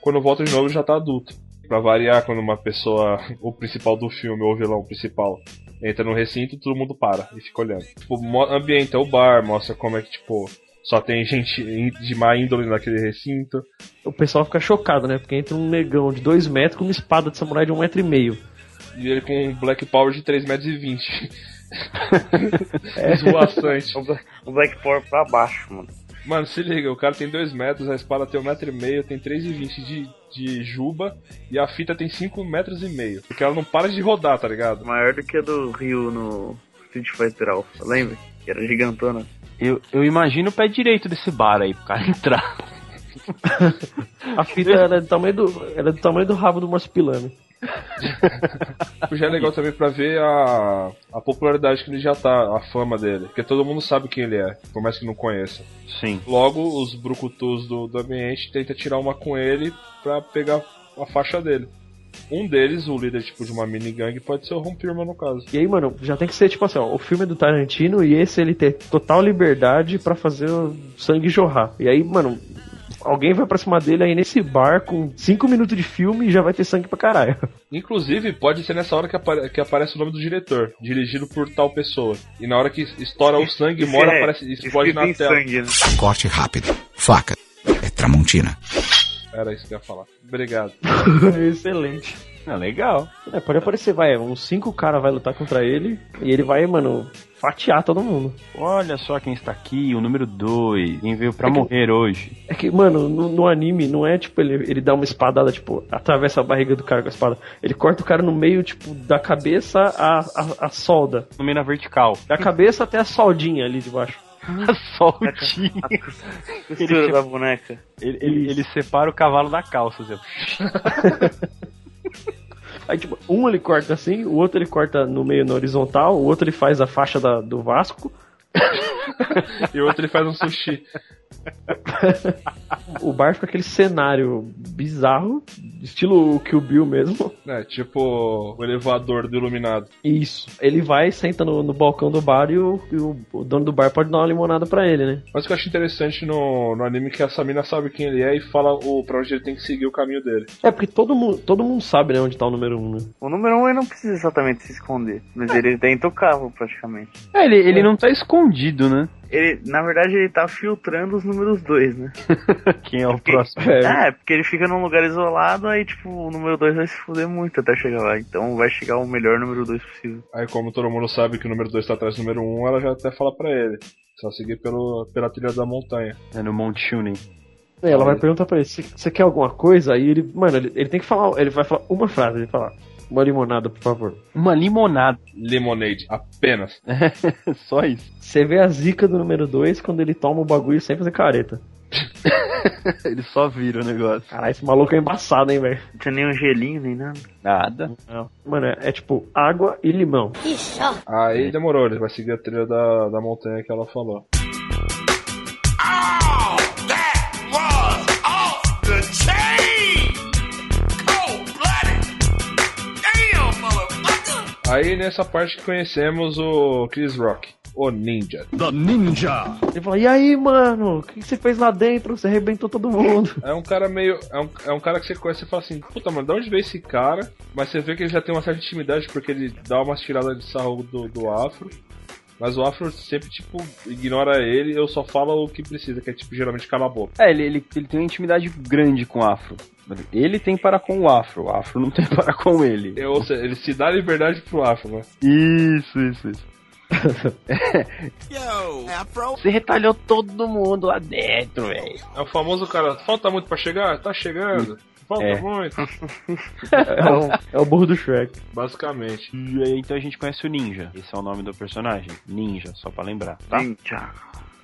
G: Quando volta de novo já tá adulto. Pra variar, quando uma pessoa, o principal do filme, ou o vilão principal, entra no recinto, todo mundo para e fica olhando. Tipo, mo- ambienta o bar, mostra como é que, tipo, só tem gente in- de má índole naquele recinto.
B: O pessoal fica chocado, né? Porque entra um negão de 2 metros com uma espada de samurai de 1,5 um metro e meio.
G: E ele com um Black Power de 3,20 metros.
B: É.
G: Esvoaçante.
H: O Black Power pra baixo, mano.
G: Mano, se liga, o cara tem 2 metros, a espada tem 1,5 metro e meio, tem 3,20 de, de juba e a fita tem 5 metros e meio. Porque ela não para de rodar, tá ligado?
H: Maior do que a do Rio no Street Fighter Alpha, lembra? Que era gigantona.
F: Eu, eu imagino o pé direito desse bar aí pro cara entrar.
B: A fita era do tamanho do, era do, tamanho do rabo do morcego pilame.
G: Já é legal também pra ver a, a popularidade que ele já tá, a fama dele. Porque todo mundo sabe quem ele é, por mais que não conheça.
F: Sim.
G: Logo, os brucutus do, do ambiente tentam tirar uma com ele pra pegar a faixa dele. Um deles, o líder tipo de uma mini gangue, pode ser o Rompirma no caso.
B: E aí, mano, já tem que ser tipo assim, ó, o filme do Tarantino e esse ele ter total liberdade pra fazer o sangue jorrar. E aí, mano, alguém vai pra cima dele aí nesse bar com 5 minutos de filme e já vai ter sangue pra caralho.
G: Inclusive, pode ser nessa hora que, apare- que aparece o nome do diretor, dirigido por tal pessoa. E na hora que estoura o sangue, mora,
H: é,
G: aparece, explode
H: escrito
G: na
H: em
G: tela.
H: sangue, né?
L: Corte rápido. Faca. É Tramontina.
G: Era isso que eu ia falar. Obrigado.
B: Excelente.
F: É legal.
B: É, pode aparecer, vai, uns cinco caras vai lutar contra ele e ele vai, mano, fatiar todo mundo.
F: Olha só quem está aqui, o número 2. Quem veio pra
B: É que-
F: morrer hoje.
B: É que, mano, no, no anime não é tipo ele, ele dá uma espadada, tipo, atravessa a barriga do cara com a espada. Ele corta o cara no meio, tipo, da cabeça à, à, à solda.
F: No meio na vertical.
B: Da cabeça até a soldinha ali de baixo.
F: Soltinho.
H: Costura da boneca.
F: Ele, ele- ele separa o cavalo da calça, assim.
B: Aí, tipo, um ele corta assim, o outro ele corta no meio na horizontal, o outro ele faz a faixa da- do Vasco,
G: E o outro ele faz um sushi.
B: o bar fica aquele cenário bizarro, estilo Kill Bill mesmo.
G: É, tipo o elevador do iluminado.
B: Isso. Ele vai, senta no, no balcão do bar e, o, e o- o dono do bar pode dar uma limonada pra ele, né?
G: Mas o que eu acho interessante no, no anime é que essa mina sabe quem ele é e fala o, pra onde ele tem que seguir o caminho dele.
B: É porque todo mundo, todo mundo sabe, né, onde tá o número um, né?
H: O número um ele não precisa exatamente se esconder, mas ele é intocável praticamente.
F: É, ele, ele não tá escondido, né?
H: Ele, na verdade, ele tá filtrando os números dois, né?
F: Quem é o próximo?
H: É, porque ele fica num lugar isolado, aí tipo, o número 2 vai se fuder muito até chegar lá. Então vai chegar o melhor número 2 possível.
G: Aí, como todo mundo sabe que o número 2 tá atrás do número 1, um, ela já até fala pra ele. Só seguir pelo, pela trilha da montanha.
F: É no Mount Shunin.
B: Aí ela vai perguntar pra ele, você quer alguma coisa? Aí ele, mano, ele, ele tem que falar, ele vai falar uma frase, ele fala, uma limonada, por favor.
F: Uma limonada.
G: Lemonade, apenas.
F: Só isso.
B: Você vê a zica do número 2 quando ele toma o bagulho sem fazer careta.
F: Ele só vira o negócio.
B: Caralho, esse maluco é embaçado, hein, velho?
H: Não tem nem um gelinho, nem nada.
F: Nada.
B: Mano, é, é tipo água e limão.
G: Aí demorou, ele vai seguir a trilha da, da montanha que ela falou.
D: the chain. Cold blooded. Damn, motherfucker.
G: Aí nessa parte que conhecemos o Chris Rock, o ninja.
B: The Ninja! Ele fala, e aí, mano? O que que você fez lá dentro? Você arrebentou todo mundo.
G: É um cara meio. É um, é um cara que você conhece e fala assim, puta, mano, de onde veio esse cara? Mas você vê que ele já tem uma certa intimidade porque ele dá umas tiradas de sarro do, do afro. Mas o afro sempre, tipo, ignora ele eu só falo o que precisa, que é tipo, geralmente cala a boca.
F: É, ele, ele, ele tem uma intimidade grande com o Afro. Ele tem para com o Afro. O Afro não tem para com ele.
G: Eu- ou seja, ele se dá liberdade pro afro, né?
F: Isso, isso, isso. Você retalhou todo mundo lá dentro, velho.
G: É o famoso cara, falta muito pra chegar? Tá chegando. Falta
F: É.
G: muito.
B: É o, é o burro do Shrek.
G: Basicamente.
F: E aí, Então a gente conhece o Ninja. Esse é o nome do personagem. Ninja, só pra lembrar, tá?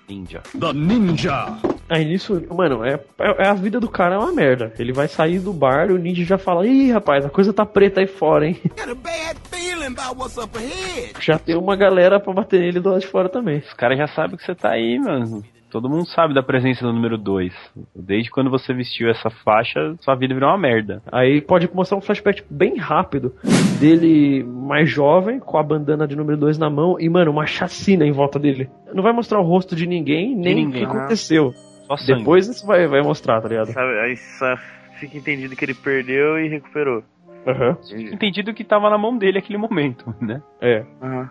H: Ninja.
F: Ninja.
B: Aí nisso, mano, é, é a vida do cara é uma merda. Ele vai sair do bar e o ninja já fala, ih, rapaz, a coisa tá preta aí fora, hein?
D: Got a bad feeling about what's up ahead.
B: Já tem uma galera pra bater nele do lado de fora também.
F: Os caras já sabem que você tá aí, mano. Todo mundo sabe da presença do número 2. Desde quando você vestiu essa faixa, sua vida virou uma merda.
B: Aí pode mostrar um flashback bem rápido dele mais jovem, com a bandana de número 2 na mão e, mano, uma chacina em volta dele. Não vai mostrar o rosto de ninguém, nem
F: ninguém.
B: o que aconteceu.
F: Só sangue.
B: Depois isso vai, vai mostrar, tá ligado?
H: Sabe? Aí só fica entendido que ele perdeu e recuperou.
B: Aham.
F: Entendido que tava na mão dele aquele momento, né?
B: É.
H: Aham.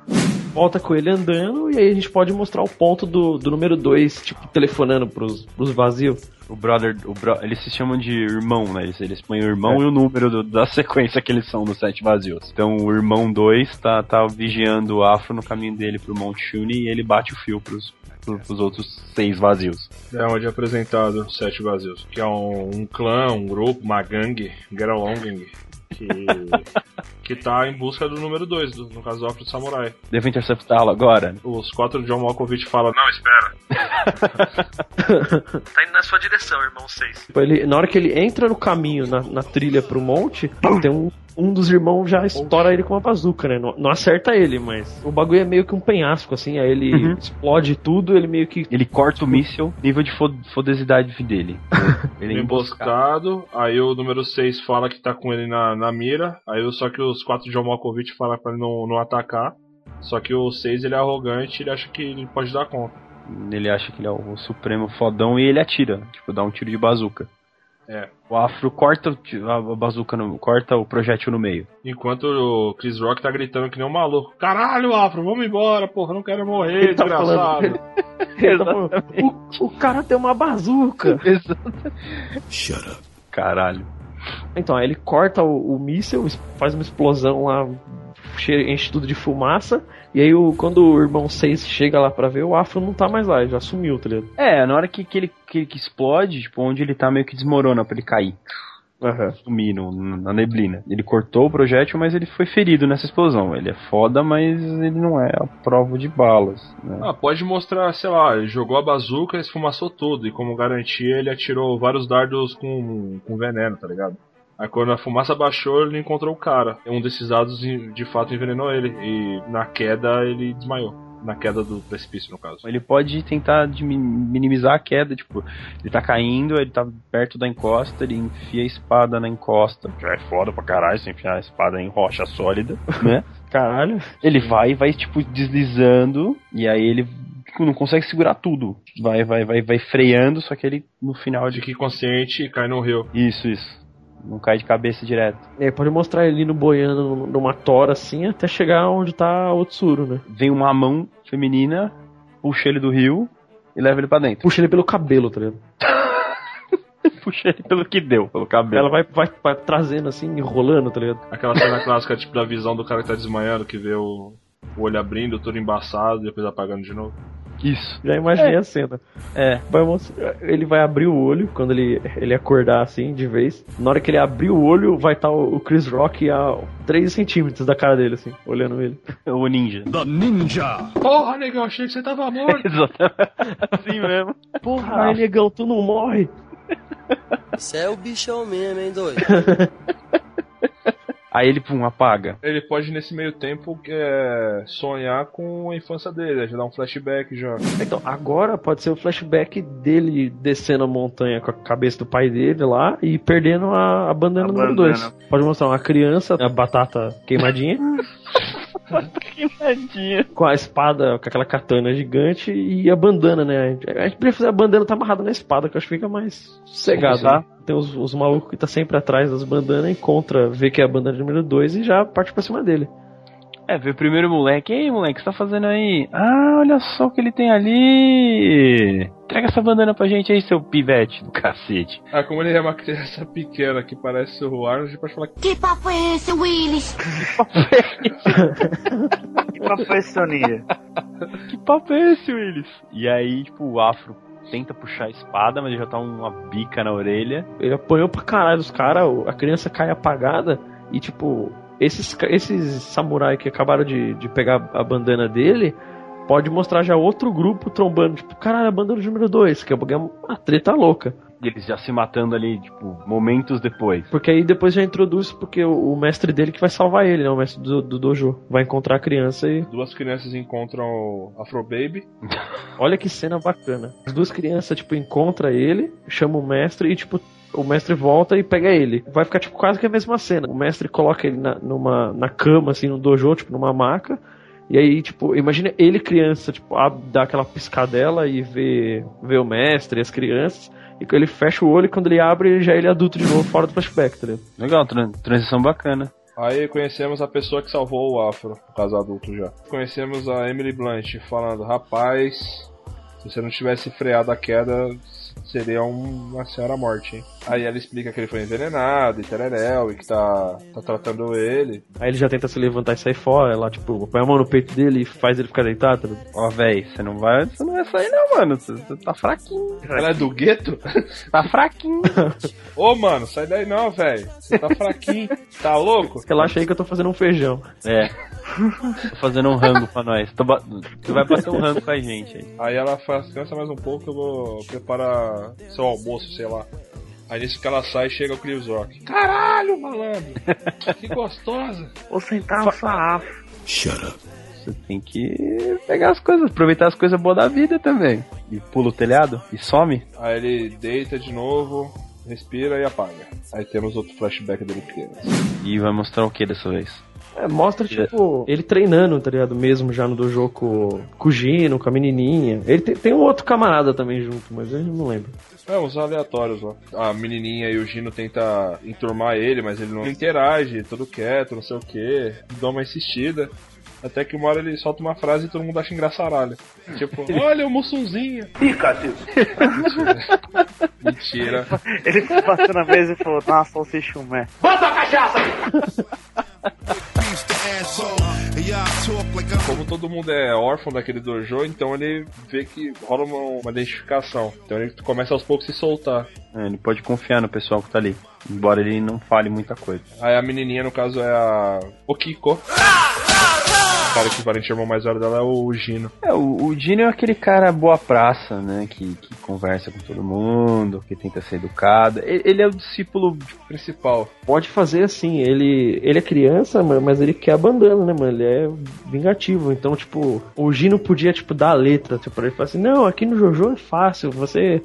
B: Volta com ele andando e aí a gente pode mostrar o ponto do, do número 2, tipo, telefonando pros, pros vazios.
F: O brother, o bro- eles se chamam de irmão, né? Eles, eles põem o irmão e o número do- da sequência que eles são nos sete vazios. Então o irmão 2 tá, tá vigiando o afro no caminho dele pro Mount Shuni e ele bate o fio pros, pro- pros outros seis vazios.
G: É onde é apresentado os Sete Vazios, que é um, um clã, um grupo, uma gangue, Geralong Gang, que, que tá em busca do número 2, no caso do Afro Samurai.
F: Devo interceptá-lo agora?
G: Os quatro John Malkovich falam, não, espera.
B: Tá indo na Tipo, sua direção, irmão 6. Ele, na hora que ele entra no caminho, na, na trilha pro monte, tem um, um dos irmãos já estoura ele com uma bazuca, né? Não, não acerta ele, mas o bagulho é meio que um penhasco, assim. Aí ele
F: Uhum.
B: explode tudo, ele meio que.
F: Ele corta o míssil, nível de fo- fodesidade dele. Ele é
G: emboscado, aí o número 6 fala que tá com ele na, na mira, aí o- só que os quatro John Malkovich falam pra ele não, não atacar, só que o 6 ele é arrogante, ele acha que ele pode dar conta.
F: Ele acha que ele é o supremo fodão e ele atira, tipo, dá um tiro de bazuca.
G: É.
F: O Afro corta o ti- a a bazuca no, corta o projétil no meio.
G: Enquanto o Chris Rock tá gritando que nem um maluco. Caralho, Afro, vamos embora, porra, não quero morrer,
B: Ele tá
G: desgraçado.
B: falando- Ele tá falando, o, o cara tem uma bazuca.
F: Shut up. Caralho.
B: Então, aí ele corta o, o míssil, es- faz uma explosão lá, che- enche tudo de fumaça. E aí, o, quando o irmão 6 chega lá pra ver, o Afro não tá mais lá, ele já sumiu, tá ligado?
F: É, na hora que, que ele que, que explode, tipo, onde ele tá meio que desmorona pra ele cair. Sumir no- na neblina. Ele cortou o projétil, mas ele foi ferido nessa explosão. Ele é foda, mas ele não é a prova de balas. Né?
G: Ah, pode mostrar, sei lá, ele jogou a bazuca e esfumaçou tudo, e como garantia ele atirou vários dardos com, com veneno, tá ligado? Aí quando a fumaça baixou, ele encontrou o cara. E Um desses dados en- de fato envenenou ele, e na queda ele desmaiou. Na queda do precipício, no caso.
F: Ele pode tentar de mi- minimizar a queda, tipo, ele tá caindo, ele tá perto da encosta, ele enfia a espada na encosta. Já é foda pra caralho se enfiar a espada em rocha sólida, né? Caralho. Ele vai, vai, tipo, deslizando, e aí ele tipo, não consegue segurar tudo. Vai, vai, vai, vai freando, só que ele no final de
G: que consciente e cai no rio.
F: Isso, isso. Não cai de cabeça direto.
B: E aí, É, pode mostrar ele no boiando numa tora assim, até chegar onde tá o Tsuru, né?
F: Vem uma mão feminina, puxa ele do rio e leva ele pra dentro.
B: Puxa ele pelo cabelo, tá ligado?
F: Puxa ele pelo que deu, pelo cabelo.
B: Ela vai, vai, vai trazendo assim, enrolando, tá ligado?
G: Aquela cena clássica, tipo, da visão do cara que tá desmaiando, que vê o, o olho abrindo, tudo embaçado, e depois apagando de novo.
F: Isso.
B: Já imaginei
G: É.
B: a cena.
F: É.
B: Vai mostrar- ele vai abrir o olho quando ele, ele acordar assim de vez. Na hora que ele abrir o olho, vai estar o o Chris Rock a 3 centímetros da cara dele, assim, olhando ele.
F: O ninja.
B: The ninja!
G: Porra, negão, achei que você tava morto.
F: assim mesmo.
B: Porra, ai, negão, tu não morre.
M: Você é o bichão mesmo, hein, doido?
F: Aí ele, pum, apaga.
G: Ele pode, nesse meio tempo, é, sonhar com a infância dele, já dá um flashback já.
B: Então, agora pode ser o flashback dele descendo a montanha com a cabeça do pai dele lá e perdendo a, a bandana número
G: bandana.
B: 2. Pode mostrar uma criança, a batata queimadinha, com a espada, com aquela katana gigante e a bandana, né? A gente prefere a bandana tá amarrada na espada, que eu acho que fica mais sossegado,
F: Tá.
B: né? Tem os, os malucos que tá sempre atrás das bandanas, encontra, vê que é a bandana número 2 e já parte pra cima dele.
F: É, vê o primeiro moleque. Ei, moleque, o que você tá fazendo aí? Ah, olha só o que ele tem ali. Entrega essa bandana pra gente aí, seu pivete do cacete.
G: Ah, como ele é uma criança pequena que parece o Arnold, pode falar
N: Que papo é esse, Willis?
H: Que papo é esse, Toninho?
F: Que papo é esse, Willis? E aí, tipo, o afro tenta puxar a espada, mas ele já tá uma bica na orelha.
B: Ele apanhou pra caralho os caras, a criança cai apagada e tipo, esses, ca- esses samurai que acabaram de, de pegar a bandana dele. Pode mostrar já outro grupo trombando, tipo, caralho, a bandana número 2, que é uma- uma treta louca.
F: E eles já se matando ali, tipo, momentos depois.
B: Porque aí depois já introduz, porque o, o mestre dele que vai salvar ele, né? O mestre do, do dojo. Vai encontrar a criança e.
G: Duas crianças encontram o Afro Baby.
B: Olha que cena bacana. As duas crianças, tipo, encontra ele, chama o mestre e, tipo, o mestre volta e pega ele. Vai ficar, tipo, quase que a mesma cena. O mestre coloca ele na, numa, na cama, assim, no dojo, tipo, numa maca. E aí, tipo, imagina ele criança, tipo, a- dá aquela piscadela e vê, vê o mestre, as crianças. E ele fecha o olho e quando ele abre, já ele é adulto de novo, fora do flashback, tá ligado?
F: Legal, tran- transição bacana.
G: Aí conhecemos a pessoa que salvou o Afro, no caso adulto já. Conhecemos a Emily Blunt falando, rapaz, se você não tivesse freado a queda, seria um- uma senhora morte, hein? Aí ela explica que ele foi envenenado e tereréu, e que tá, tá tratando ele.
B: Aí ele já tenta se levantar e sair fora, ela, tipo, põe a mão no peito dele e faz ele ficar deitado. tá ligado?
F: Ó, véi, você não vai. Você não vai sair não, mano. Você, você tá fraquinho.
G: Ela é do gueto?
F: tá fraquinho.
G: Ô, mano, sai daí não, velho. Você tá fraquinho, tá louco?
B: Relaxa aí que eu tô fazendo um feijão.
F: É. Tô fazendo um rango pra nós. Tô ba- Tu vai bater um rango com a gente aí.
G: assim, Aí ela fala, descansa mais um pouco, eu vou preparar seu almoço, sei lá. Aí nesse que ela sai, chega o Chris Rock.
C: Caralho, malandro! Que gostosa!
H: Vou sentar na sua afro.
F: Shut up. Você tem que pegar as coisas, aproveitar as coisas boas da vida também. E pula o telhado e some.
G: Aí ele deita de novo, respira e apaga. Aí temos outro flashback dele pequeno.
F: E vai mostrar o que dessa vez?
B: É, mostra, tipo, ele treinando, tá ligado? Mesmo já no dojo com, com o Gino, com a menininha. Ele tem, tem um outro camarada também junto, mas eu não lembro.
G: É, uns aleatórios lá. A menininha e o Gino tenta enturmar ele, mas ele não interage, tudo quieto, não sei o que. Dá uma insistida. Até que uma hora ele solta uma frase e todo mundo acha engraçaralho. Tipo, olha o Mussunzinho.
C: Ih, cacete.
G: Mentira.
H: Ele passou na mesa e falou, nossa, salsichumé.
C: Bota a cachaça!
G: Como todo mundo é órfão daquele dojo, então ele vê que rola uma, uma identificação. Então ele começa aos poucos a se soltar.
F: É, ele pode confiar no pessoal que tá ali. Embora ele não fale muita coisa.
G: Aí a menininha, no caso, é a Okiko. O cara que parece irmão mais velho dela é o Gino.
F: É, o, o Dino é aquele cara boa praça, né? Que, que conversa com todo mundo, que tenta ser educado. Ele, ele é o discípulo
G: principal.
B: Pode fazer assim, ele, ele é criança, mano, mas ele quer a bandana, né, mano? Ele é vingativo. Então, tipo, o Gino podia, tipo, dar a letra tipo, pra ele falar assim, não, aqui no Jojo é fácil, você.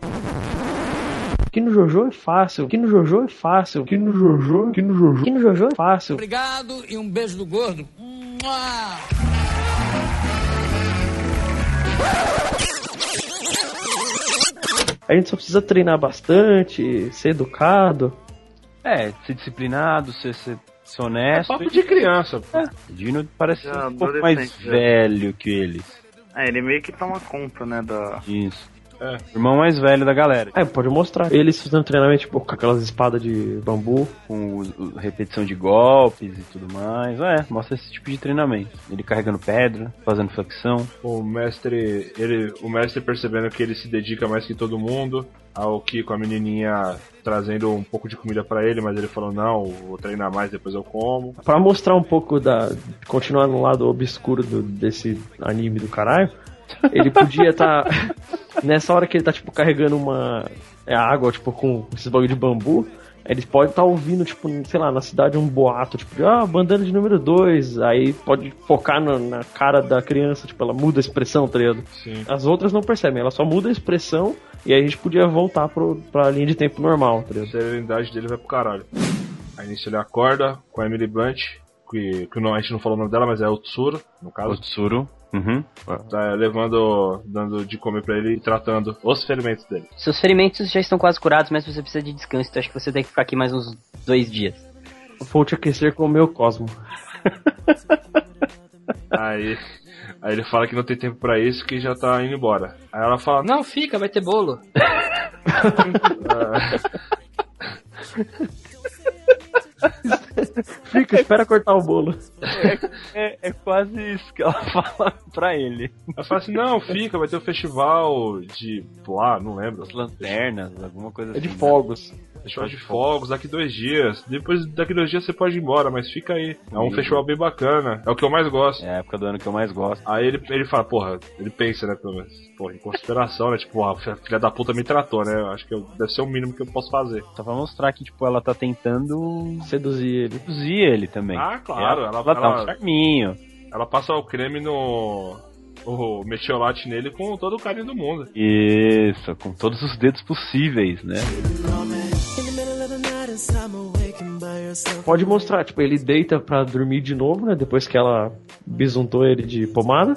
B: Aqui no Jojo é fácil, aqui no Jojo é fácil, aqui no Jojo, aqui no Jojo, aqui no Jojo é fácil.
E: Obrigado e um beijo do gordo. Mua!
B: A gente só precisa treinar bastante, ser educado.
F: É, ser disciplinado, ser, ser, ser honesto.
G: É papo de criança, pô.
F: É, o Dino parece ser
H: É,
F: um pouco mais
H: adolescente, né?
F: velho que eles.
H: É, ele meio que toma conta, né, da...
F: Isso.
G: É.
F: Irmão mais velho da galera.
B: É, pode mostrar. Eles fazendo treinamento, tipo, com aquelas espadas de bambu.
F: Com o- o- repetição de golpes e tudo mais. É, mostra esse tipo de treinamento. Ele carregando pedra, fazendo flexão.
G: O mestre, ele, o mestre percebendo que ele se dedica mais que todo mundo, ao Kiko, a menininha trazendo um pouco de comida pra ele, mas ele falou não, vou treinar mais, depois eu como.
B: Pra mostrar um pouco da. continuar no lado obscuro do- desse anime do caralho, ele podia estar. nessa hora que ele tá, tipo, carregando uma. É água, tipo, com esses bagulho de bambu. Eles podem estar ouvindo, tipo, sei lá, na cidade um boato, tipo, de, ah, bandana de número 2. Aí pode focar na, na cara da criança, tipo, ela muda a expressão, tá ligado?
G: Sim.
B: As outras não percebem, ela só muda a expressão e aí a gente podia voltar pro, pra linha de tempo normal, tá
G: A
B: ligado?
G: serenidade dele vai pro caralho. Aí nisso ele acorda com a Emily Blunt, que, que não, a gente não falou o nome dela, mas é o Tsuru, no caso.
F: Otsuru. Uhum.
G: Tá levando, dando de comer pra ele e tratando os ferimentos dele.
O: Seus ferimentos já estão quase curados, mas você precisa de descanso, então acho que você tem que ficar aqui mais uns dois dias.
B: Vou te aquecer com o meu cosmo.
G: Aí, aí ele fala que não tem tempo pra isso, que já tá indo embora. Aí ela fala, não,
O: fica, vai ter bolo.
B: Fica, espera cortar o bolo.
F: É, é quase isso que ela fala pra ele.
G: Ela fala assim, não, fica, vai ter o festival de. lá, não lembro.
F: Lanternas, alguma coisa
G: É de
F: assim, né?
B: fogos.
G: Festival de fogos, daqui dois dias. Depois daqui dois dias você pode ir embora, mas fica aí. É um
F: Comigo.
G: festival bem bacana. É o que eu mais gosto.
F: É a época do ano que eu mais gosto.
G: Aí ele, ele fala, porra, ele pensa, né, pelo menos, porra, em consideração, né? Tipo, porra, a filha da puta me tratou, né? eu Acho que eu- deve ser o mínimo que eu posso fazer.
F: Só pra mostrar que, tipo, ela tá tentando
B: seduzir ele.
F: Seduzir ele também.
G: Ah, claro,
F: Ela,
G: ela-
F: ela, tá
G: ela-
F: um charminho.
G: Ela passa o creme no. o metiolate nele com todo o carinho do mundo.
F: Isso, com todos os dedos possíveis, né?
B: Pode mostrar, tipo, ele deita pra dormir de novo, né? Depois que ela bisuntou ele de pomada.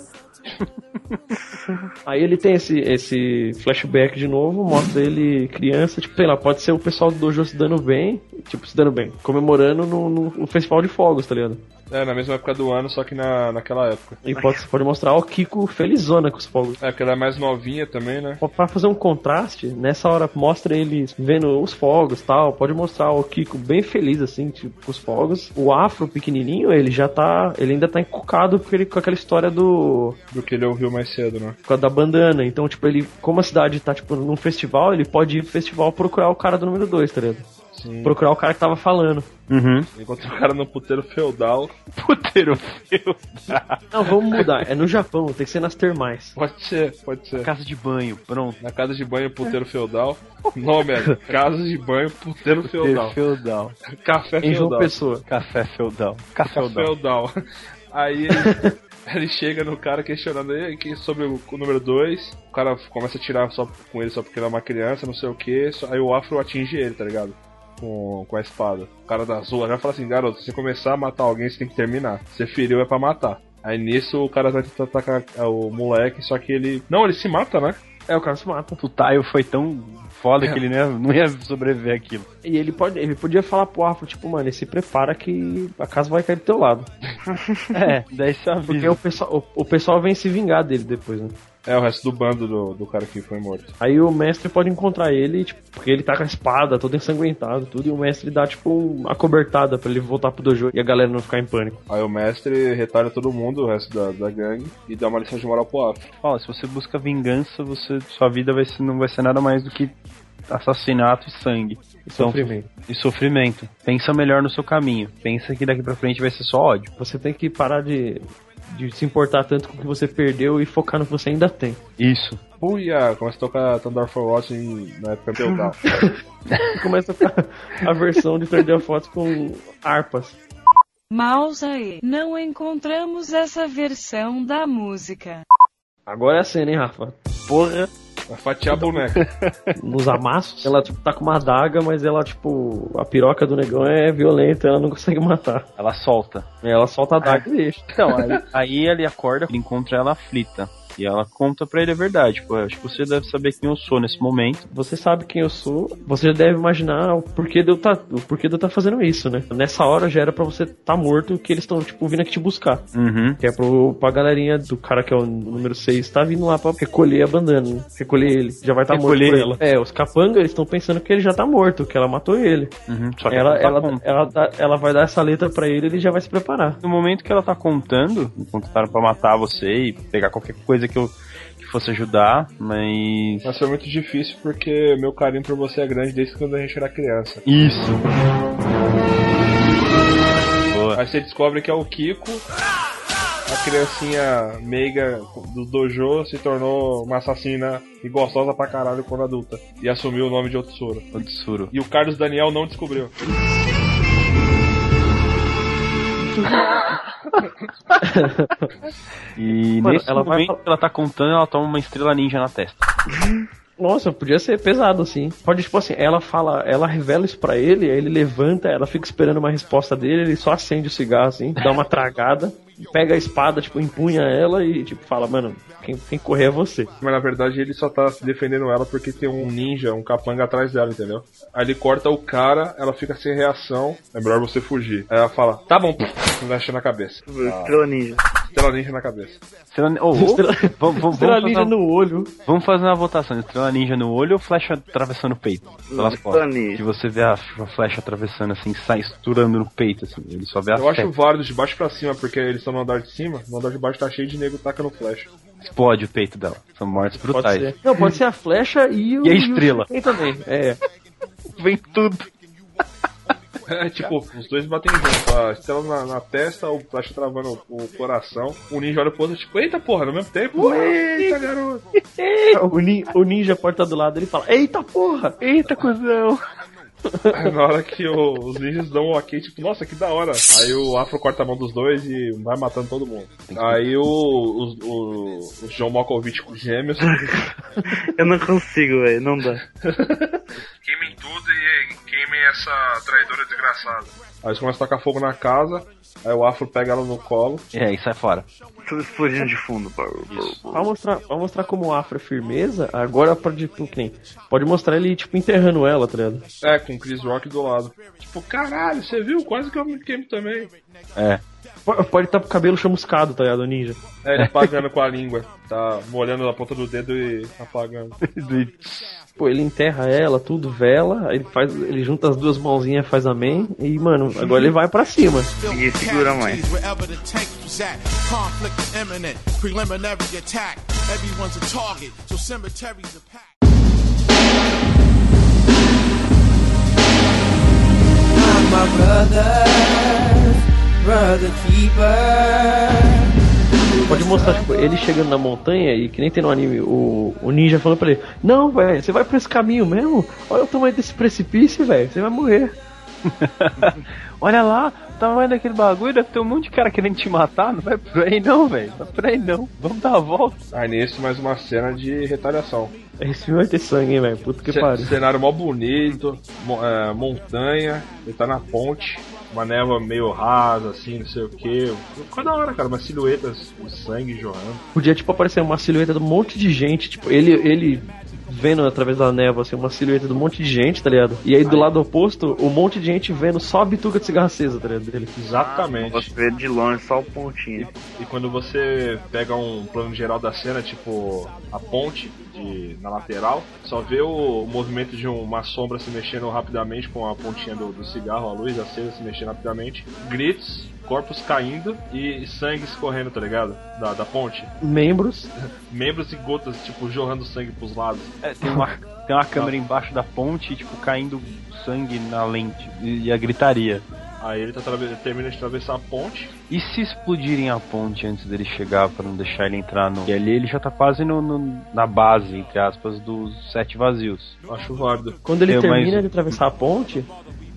B: Aí ele tem esse, esse flashback de novo, mostra ele criança, tipo, sei lá, pode ser o pessoal do dojo se dando bem, tipo, se dando bem, comemorando no, no, no festival de fogos, tá ligado?
G: É, na mesma época do ano, só que na, naquela época.
B: E pode, pode mostrar o Kiko felizona com os fogos.
G: É, porque ela é mais novinha também, né?
B: Pra- Pra fazer um contraste, nessa hora mostra ele vendo os fogos tal. Pode mostrar o Kiko bem feliz, assim, tipo, com os fogos. O afro pequenininho, ele já tá. Ele ainda tá encucado porque ele, com aquela história do.
G: Do que ele ouviu mais cedo, né?
B: com a da bandana. Então, tipo, ele, como a cidade tá, tipo, num festival, ele pode ir pro festival procurar o cara do número 2, tá ligado?
G: Sim.
B: procurar o cara que tava falando.
G: Encontrei o cara no puteiro feudal.
F: Puteiro
G: feudal.
B: Não, vamos mudar. É no Japão, tem que ser nas termais.
G: Pode ser, pode ser.
F: Casa de banho, pronto.
G: Na casa de banho, puteiro feudal. Nome é Casa de banho, puteiro feudal.
F: feudal.
G: Café
B: Em João
G: feudal.
B: Pessoa.
F: Café feudal.
G: Café
F: Café feudal.
G: feudal. Aí ele, ele chega no cara questionando ele que sobre o, o número 2. O cara começa a tirar só com ele só porque ele é uma criança, não sei o que. Aí o afro atinge ele, tá ligado? Com, com a espada. O cara da rua já fala assim: garoto, se você começar a matar alguém, você tem que terminar. Se Você feriu, é pra matar. Aí nisso o cara vai tentar atacar é, o moleque, só que ele. Não, ele se mata, né?
B: É, o cara se mata.
F: O Taio foi tão foda que ele não ia, não ia sobreviver aquilo.
B: E ele, pode, ele podia falar pro Afro, tipo, mano, se prepara que a casa vai cair do teu lado.
F: É, daí você
B: Porque o pessoal, o, o pessoal vem se vingar dele depois, né?
G: É o resto do bando do, do cara que foi morto.
B: Aí o mestre pode encontrar ele, tipo, porque ele tá com a espada, todo ensanguentado, tudo, e o mestre dá, tipo, uma cobertada pra ele voltar pro dojo e a galera não ficar em pânico.
G: Aí o mestre retalha todo mundo, o resto da, da gangue, e dá uma lição de moral pro Afro.
F: Fala, se você busca vingança, você, sua vida vai ser, não vai ser nada mais do que assassinato e sangue.
B: E sofrimento.
F: E sofrimento. Pensa melhor no seu caminho. Pensa que daqui pra frente vai ser só ódio.
B: Você tem que parar de, de se importar tanto com o que você perdeu e focar no que você ainda tem.
F: Isso.
G: Puia, começa a tocar Thunder for Watching na época feudal.
B: E começa a, ficar a versão de perder fotos com harpas.
P: Mouse aí, não encontramos essa versão da música.
B: Agora é a cena, hein, Rafa?
F: Porra.
G: Vai fatiar a boneca.
B: Nos amassos, ela tipo, tá com uma adaga, mas ela, tipo, a piroca do negão é violenta, ela não consegue matar. É,
F: Ela solta.
B: Ela solta a adaga e deixa.
F: Então, aí, aí ele acorda, ele encontra ela aflita. E ela conta pra ele a verdade. Tipo, acho que você deve saber quem eu sou nesse momento.
B: Você sabe quem eu sou, você já deve imaginar o porquê de eu tá, o porquê de eu tá fazendo isso, né? Nessa hora já era pra você tá morto que eles estão, tipo, vindo aqui te buscar.
F: Uhum.
B: Que é pro, pra galerinha do cara que é o número 6, tá vindo lá pra recolher a bandana, né? recolher ele. Já vai tá morto
F: Recolher
B: por
F: ele.
B: ela. É, os capangas estão pensando que ele já tá morto, que ela matou ele.
F: Uhum. Só que
B: Ela,
F: ela tá
B: ela,
F: com-
B: ela, dá- ela vai dar essa letra pra ele ele já vai se preparar.
F: No momento que ela tá contando, me contrataram pra matar você e pegar qualquer coisa que eu que fosse ajudar, mas.
G: Mas foi muito difícil porque meu carinho por você é grande desde quando a gente era criança.
F: Isso!
G: Aí você descobre que é o Kiko, a criancinha meiga do dojo, se tornou uma assassina e gostosa pra caralho quando adulta. E assumiu o nome de Otsuro.
F: Otsuro.
G: E o Carlos Daniel não descobriu.
F: E
B: Mano,
F: nesse
B: ela vai
F: momento que ela tá contando, ela toma uma estrela ninja na testa.
B: Nossa, podia ser pesado assim. Pode, tipo assim, ela fala, ela revela isso pra ele, aí ele levanta, ela fica esperando uma resposta dele, ele só acende o cigarro assim, dá uma tragada, pega a espada, tipo, empunha ela e, tipo, fala, mano, quem, quem correr é você.
G: Mas na verdade ele só tá defendendo ela porque tem um ninja, um capanga atrás dela, entendeu? Aí ele corta o cara, ela fica sem reação, é melhor você fugir. Aí ela fala, tá bom, deixa na cabeça.
H: Estrela ninja.
G: Estrela ninja na cabeça.
F: Estrela, oh, oh,
B: Estrela-
F: vamos, vamos,
B: Estrela
F: vamos,
B: ninja
F: fazer uma,
B: no olho.
F: vamos fazer uma votação: estrela ninja no olho ou flecha atravessando o peito? Pelas
H: Estrela
F: costas.
H: ninja.
F: Que você vê a f- a flecha atravessando assim, sai estourando no peito, assim. Ele só vê a
G: Eu acho
F: testa,
G: válido de baixo pra cima, porque eles estão no andar de cima, no andar de baixo tá cheio de nego tacando flecha.
F: explode o peito dela. São mortes
B: Pode
F: brutais.
B: ser. Não, pode ser a flecha e o.
F: E a estrela.
B: E o também. É.
F: Vem tudo.
G: É tipo, os dois batem junto, a estrela na, na testa, o flecha travando o, o coração, o ninja olha pro outro, tipo, eita porra, no mesmo tempo, eita garoto.
B: O, nin- o ninja pode estar do lado, ele fala: Eita porra!
F: Eita, cuzão!
G: Aí na hora que o- os ninjas dão o ok, tipo, nossa, que da hora. Aí o Afro corta a mão dos dois e vai matando todo mundo. Aí o, os- o, o John Malkovich com os gêmeos
H: Eu não consigo, velho, não dá.
G: Queimem tudo e queimem essa traidora desgraçada. Aí eles começam a tacar fogo na casa, aí o Afro pega ela no colo.
F: É, e sai fora.
H: Tudo explodindo de fundo.
B: Pra mostrar, pra mostrar como o Afro é firmeza, agora pode, tipo, que nem- pode mostrar ele, tipo, enterrando ela, tá ligado?
G: É, com o Chris Rock do lado. Tipo, caralho, você viu? Quase que eu me queimo também.
F: É.
B: Po- Pode estar com o cabelo chamuscado, tá ligado, o ninja?
G: É, ele apagando com a língua. Tá molhando a ponta do dedo e apagando.
B: Pô, ele enterra ela, tudo, vela, ele faz, ele junta as duas mãozinhas, faz amém, e, mano, agora ele vai pra cima.
H: Ninguém segura mais.
D: Wherever the tank was at, conflict imminent, preliminary attack. Everyone's a target, so cemeteries are packed.
B: mostrar, tipo, ele chegando na montanha e que nem tem no anime, o, o ninja falando pra ele, não, velho, você vai por esse caminho mesmo? Olha o tamanho desse precipício, velho, você vai morrer.
F: Olha lá, o tamanho daquele bagulho, deve ter um monte de cara querendo te matar, não vai por aí não, velho. Não vai por aí não. Vamos dar a volta.
G: Aí nesse mais uma cena de retaliação.
B: Esse filme vai ter sangue, hein, velho. Puta que
G: Ce-
B: pariu.
G: Cenário mó bonito, mo- é, montanha, ele tá na ponte, uma névoa meio rasa, assim, não sei o que. Ficou da hora, cara, umas silhuetas, o sangue jorrando.
B: Podia, tipo, aparecer uma silhueta de um monte de gente, tipo, ele, ele vendo através da névoa, assim, uma silhueta de um monte de gente, tá ligado? E aí do lado oposto, um monte de gente vendo só a bituca de cigarro acesa, tá ligado? Dele.
G: Exatamente.
H: Você vê de longe só o pontinho.
G: E quando você pega um plano geral da cena, tipo a ponte de- na lateral, só vê o movimento de uma sombra se mexendo rapidamente com a pontinha do, do cigarro, a luz acesa se mexendo rapidamente, gritos, corpos caindo e sangue escorrendo, tá ligado? Da, da ponte.
B: Membros.
G: Membros e gotas, tipo, jorrando sangue pros lados.
F: É, tem uma, tem uma câmera embaixo da ponte, tipo, caindo sangue na lente e, e a gritaria.
G: Aí ele tá atraves- termina de atravessar a ponte.
F: E se explodirem a ponte antes dele chegar pra não deixar ele entrar no. E ali ele já tá quase no, no- na base, entre aspas, dos sete vazios.
G: Acho válido.
B: Quando ele
F: É, mas-
B: termina de atravessar a ponte,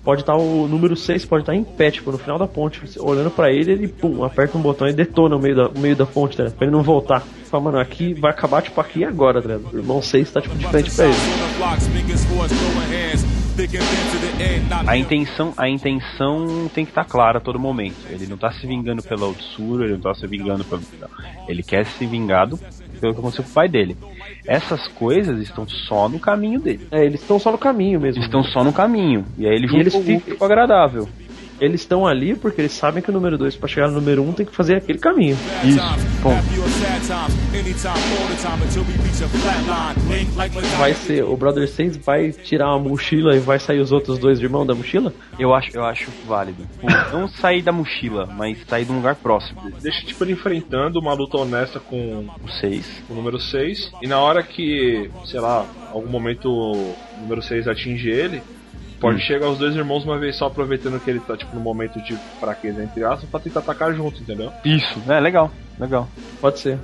B: pode estar o número 6, pode estar em pé, tipo, no final da ponte, você olhando pra ele, ele pum, aperta um botão e detona no meio da, no meio da ponte, tá ligado? Pra ele não voltar. Fala, mano, aqui vai acabar, tipo, aqui e agora, tá ligado? O irmão 6 tá, tipo, de frente pra ele.
D: the blocks, biggest boys throwing hands, thick and thin to the end, not
F: A intenção, a intenção tem que estar clara a todo momento. Ele não tá se vingando pela doçura, ele não tá se vingando pelo. não. Ele quer se vingar do- pelo que aconteceu com o pai dele. Essas coisas estão só no caminho dele.
B: É, eles estão só no caminho mesmo.
F: Estão só no caminho. E aí ele
B: E eles
F: juntou o
B: ficam
F: agradável.
B: Eles estão ali porque eles sabem que o número 2, pra chegar no número 1, um, tem que fazer aquele caminho.
D: Isso, happy or sad times, anytime, all the time, until we reach a flat line. Link like Madonna.
B: Vai ser, o Brother 6 vai tirar a mochila e vai sair os outros dois irmãos da mochila?
F: Eu acho, eu acho válido. Tipo, não sair da mochila, mas sair de um lugar próximo.
G: Deixa tipo ele enfrentando uma luta honesta com
F: o 6.
G: O número 6. E na hora que, sei lá, algum momento o número 6 atinge ele, pode
F: Hum.
G: chegar os dois irmãos uma vez só aproveitando que ele tá tipo num momento de fraqueza entre aspas pra tentar atacar junto, entendeu?
F: Isso, é legal, legal.
B: Pode ser.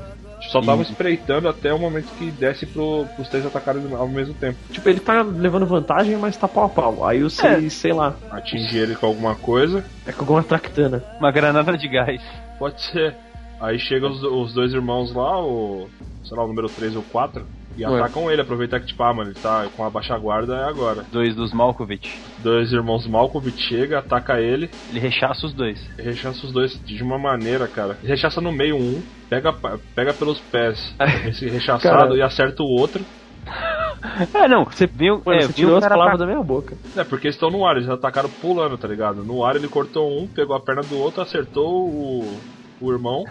G: Só tava
F: E-
G: espreitando até o momento que desse pro, pros três atacarem ao mesmo tempo.
B: Tipo, ele tá levando vantagem, mas tá pau a pau. Aí o 6,
F: É.
B: sei lá,
G: Atingir ele com alguma coisa.
B: é com alguma tractana.
F: Uma granada de gás.
G: Pode ser. Aí chegam os, os dois irmãos lá, o. sei lá, o número 3 ou 4, e
F: Ué.
G: atacam ele, aproveitar que, tipo, ah, mano, ele tá com a baixa guarda é agora.
F: Dois dos Malkovich.
G: Dois irmãos Malkovich chega, ataca ele.
F: Ele rechaça os dois.
G: Rechaça os dois de uma maneira, cara. Rechaça no meio um, pega, pa- pega pelos pés esse rechaçado
F: Cara.
G: e acerta o outro.
F: É, não, você viu.
G: Mano,
F: é,
G: você
F: viu
G: tirou
F: o
G: as
F: cara
G: palavras
F: tá-
B: da minha boca.
G: É, porque eles estão no ar, eles atacaram pulando, tá ligado? No ar ele cortou um, pegou a perna do outro, acertou o, o irmão.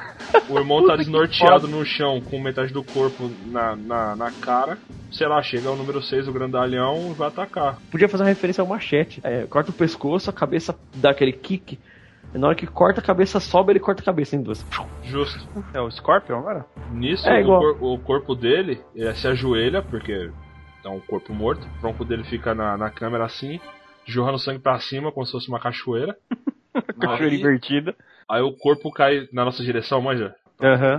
G: O irmão tá
F: Puta que
G: desnorteado
F: foda.
G: no chão, com metade do corpo na, na, na cara. Sei lá, chega o número 6, o grandalhão, e vai atacar.
B: Podia fazer uma referência ao machete. É, corta o pescoço, a cabeça dá aquele kick. E na hora que corta a cabeça, sobe, ele corta a cabeça em duas.
G: Justo.
F: É o Scorpion agora?
G: Nisso,
B: É
G: o
B: igual.
G: cor- o corpo dele eh, se ajoelha, porque é um corpo morto. O tronco dele fica na, na câmera assim, jorrando sangue pra cima, como se fosse uma cachoeira.
F: Cachoeira invertida.
G: Aí o corpo cai na nossa direção, manja.
F: Aham.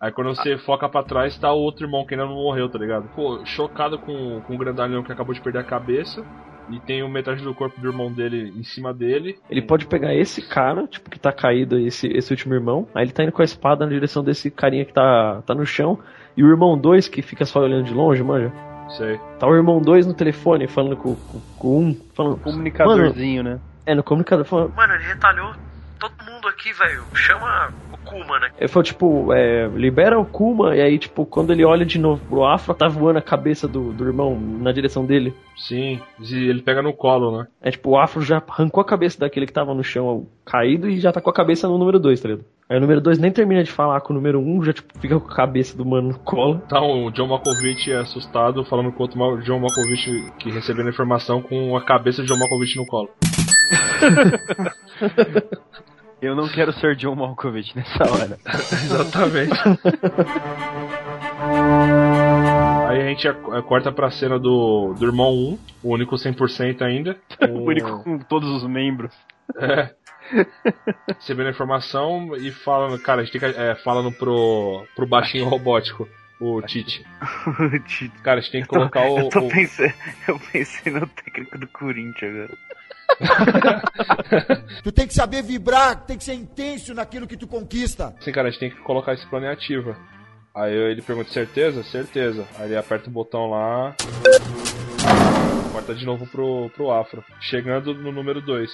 G: Aí quando você foca pra trás, tá o outro irmão que ainda não morreu, tá ligado? Pô, chocado com, com o grandalhão que acabou de perder a cabeça. E tem o metade do corpo do irmão dele em cima dele.
B: Ele pode
F: Uhum.
B: pegar esse cara, tipo, que tá caído, esse, esse último irmão. Aí ele tá indo com a espada na direção desse carinha que tá, tá no chão. E o irmão 2, que fica só olhando de longe, manja.
G: Sei.
B: Tá o irmão 2 no telefone, falando com, com, com um. Falando,
F: Comunicadorzinho, né?
B: É, no comunicador. Falando,
F: Mano, ele retalhou todo mundo aqui, velho. Chama o Kuma, né?
B: Ele falou, tipo, é, libera o Kuma, e aí, tipo, quando ele olha de novo pro Afro, tá voando a cabeça do, do irmão na direção dele.
G: Sim, e ele pega no colo, né?
B: É tipo, o Afro já arrancou a cabeça daquele que tava no chão caído e já tá com a cabeça no número 2, tá ligado? Aí o número 2 nem termina de falar com o número 1, um, já tipo, fica com a cabeça do mano no colo.
G: Tá o John Malkovich assustado, falando com outro Mal- John Malkovich que recebeu a informação com a cabeça de John Malkovich no colo.
F: Eu não quero ser John Malkovich nessa hora.
G: Exatamente. Aí a gente ac- eh, corta pra cena do, do irmão 1, o um, único 100% ainda.
F: O único com todos os membros.
G: É. Recebendo a informação e falando, cara, a gente tem que, é, falando pro, pro baixinho robótico, o Tite. Cara, a gente tem que colocar o.
H: eu, tô
G: o-
H: pensando- eu pensei no técnico do Corinthians agora.
Q: Tu tem que saber vibrar, tem que ser intenso naquilo que tu conquista.
G: Assim, cara, a gente tem que colocar esse plano em ativa. Aí ele pergunta, certeza? Certeza. Aí ele aperta o botão lá. Corta de novo pro, pro Afro. Chegando no número 2,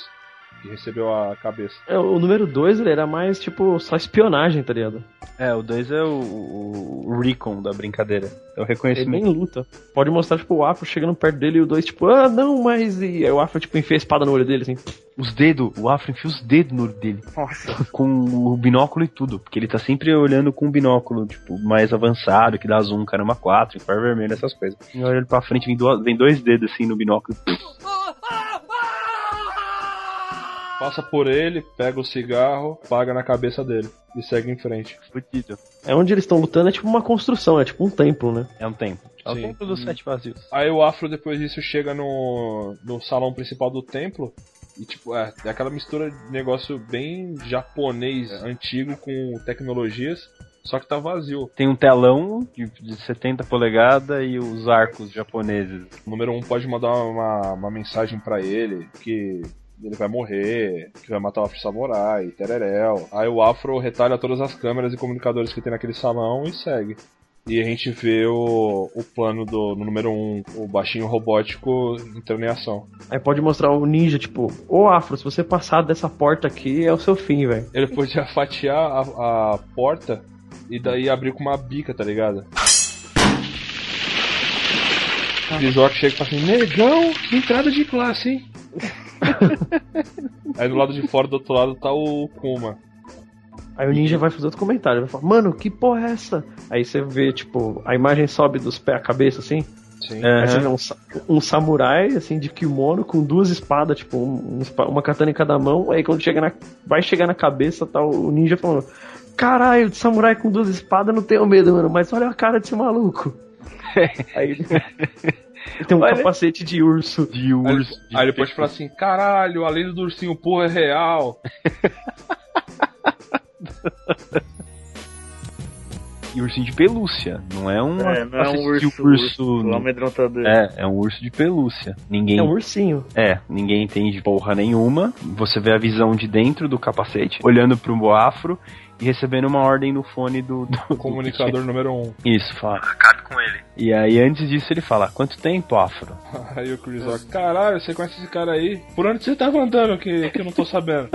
G: que recebeu a cabeça.
B: É, o número 2 ele era mais tipo só espionagem, tá ligado?
F: É, o 2 é o, o, o Recon da brincadeira. É o
B: Ele nem
F: reconhecimento.
B: luta. Pode mostrar, tipo, o Afro chegando perto dele e o 2, tipo, ah, não, mas. E aí o Afro, tipo, enfia a espada no olho dele, assim.
F: Os dedos, o Afro enfia os dedos no olho dele.
H: Nossa.
F: Com o binóculo e tudo. Porque ele tá sempre olhando com o binóculo, tipo, mais avançado, que dá zoom, caramba, 4, cor vermelho, essas coisas. E olha ele pra frente, vem, duas- vem dois dedos assim no binóculo.
G: Passa por ele, pega o cigarro, paga na cabeça dele e segue em frente.
F: Fudido.
B: É onde eles estão lutando, é tipo uma construção, é tipo um templo, né?
F: É um templo. É o
G: Sim. Uhum.
F: templo dos sete vazios.
G: Aí o Afro, depois disso, chega no, no salão principal do templo. E, tipo, é, é aquela mistura de negócio bem japonês, antigo, com tecnologias. Só que tá vazio.
F: Tem um telão de, de 70 polegadas e os arcos japoneses.
G: O número 1 um pode mandar uma, uma mensagem pra ele que ele vai morrer, que vai matar o Afro Samurai, tereréu. Aí o Afro retalha todas as câmeras e comunicadores que tem naquele salão e segue. E a gente vê o, o plano do no número 1, um, o baixinho robótico entrando em ação.
B: Aí pode mostrar o ninja, tipo, ô Afro, se você passar dessa porta aqui, é o seu fim, velho.
G: Ele podia fatiar a, a porta e daí abrir com uma bica, tá ligado? Bizoc chega e fala assim, negão, que entrada de classe, hein? Aí do lado de fora, do outro lado, tá o Kuma.
B: Aí o ninja vai fazer outro comentário, vai falar, mano, que porra é essa? Aí você vê, tipo, a imagem sobe dos pés à cabeça, assim.
G: Sim.
B: Aí você vê um, sa- um samurai, assim, de kimono, com duas espadas, tipo, um- um espa- uma katana em cada mão. Aí quando chega na, vai chegar na cabeça, tá o ninja falando, caralho, de samurai com duas espadas, não tenho medo, mano, mas olha a cara desse maluco. Aí ele- ele tem um
G: Olha-
B: capacete de urso.
F: De
G: urso. Aí ele pode falar assim, caralho, a lenda do ursinho porra é real.
F: E ursinho de pelúcia. Não é um,
H: É, não é um
F: assistir
H: urso- urso amedrontador.
F: É, é um urso de pelúcia. Ninguém.
B: É um ursinho.
F: É, ninguém entende porra nenhuma. Você vê a visão de dentro do capacete, olhando pro afro e recebendo uma ordem no fone do. do
G: Comunicador número 1. Um.
F: Isso, fala. Acabe com ele. E aí, antes disso, ele fala: Quanto tempo, afro?
G: Aí o Chris Rock, caralho, você conhece esse cara aí? Por onde você tava andando que, que eu não tô sabendo?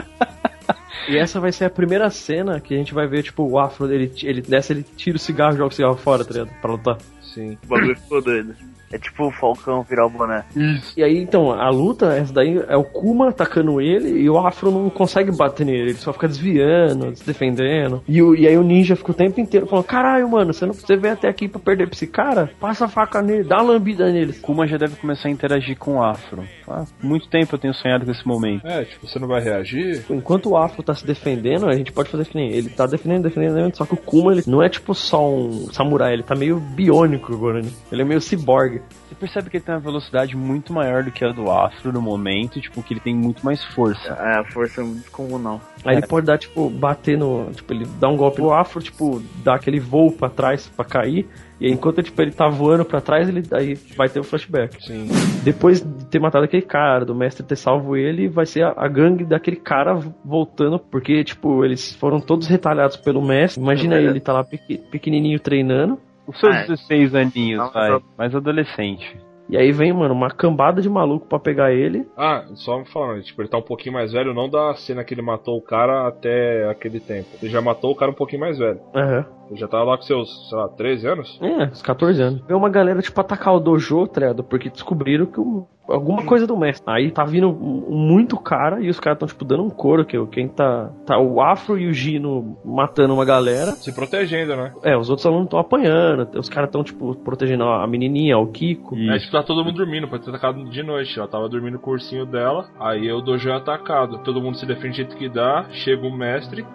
B: E essa vai ser a primeira cena que a gente vai ver, tipo, o afro, ele, ele desce, ele tira o cigarro, joga o cigarro fora, tá ligado? Pra lutar.
G: Sim.
H: O bagulho ficou doido. É tipo o Falcão virar o boné.
B: Isso. E aí, então, a luta, essa daí é o Kuma atacando ele e o Afro não consegue bater nele, ele só fica desviando, se defendendo. E, o- e aí o ninja fica o tempo inteiro falando: caralho, mano, você, não, você veio até aqui pra perder pra esse cara? Passa a faca nele, dá uma lambida nele.
F: Kuma já deve começar a interagir com o afro. Há muito tempo eu tenho sonhado com esse momento.
G: É, tipo, você não vai reagir?
B: Enquanto o Afro tá se defendendo, a gente pode fazer que nem ele tá defendendo, defendendo, defendendo, só que o Kuma ele não é tipo só um samurai, ele tá meio biônico agora, né? Ele é meio ciborgue.
F: Você percebe que ele tem uma velocidade muito maior do que a do afro no momento, tipo, que ele tem muito mais força.
H: É, a força é muito descomunal.
B: Aí ele pode dar, tipo, bater no. Tipo, ele dá um golpe no afro, tipo, dá aquele voo pra trás pra cair. E aí, enquanto tipo, ele tá voando pra trás, ele aí vai ter o flashback.
G: Sim.
B: Depois de ter matado aquele cara, do mestre ter salvo ele, vai ser a, a gangue daquele cara voltando, porque, tipo, eles foram todos retalhados pelo mestre. Imagina
F: É.
B: ele tá lá pequi- pequenininho treinando.
F: Os seus
B: Ah, é.
F: 16 aninhos,
B: Não,
F: vai.
B: só-
F: Mais adolescente.
B: E aí vem, mano, uma cambada de maluco pra pegar ele.
G: Ah, só falando, tipo, ele tá um pouquinho mais velho, não da cena que ele matou o cara até aquele tempo. Ele já matou o cara um pouquinho mais velho.
B: Aham.
G: Ele já tava lá com seus, sei lá, 13 anos?
B: É, uns 14 anos. Veio uma galera, tipo, atacar o dojo, tá ligado? Porque descobriram que o- alguma coisa do mestre. Aí tá vindo um- muito cara e os caras tão, tipo, dando um couro. Que o- quem tá. Tá o Afro e o Gino matando uma galera.
G: Se protegendo, né?
B: É, os outros alunos estão apanhando. Os caras tão, tipo, protegendo a menininha, o Kiko.
G: É, tipo, tá todo mundo dormindo, pode ter atacado de noite. Ela tava dormindo no cursinho dela, aí o dojo é atacado. Todo mundo se defende do jeito que dá, chega o mestre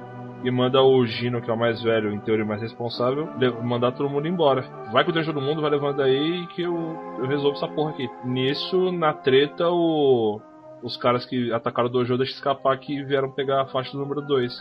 G: e manda o Gino, que é o mais velho, em teoria mais responsável, le- mandar todo mundo embora. Vai com o todo mundo, vai levando aí que eu, eu resolvo essa porra aqui. Nisso, na treta, o, o os caras que atacaram o dojo deixam escapar que vieram pegar a faixa do número 2,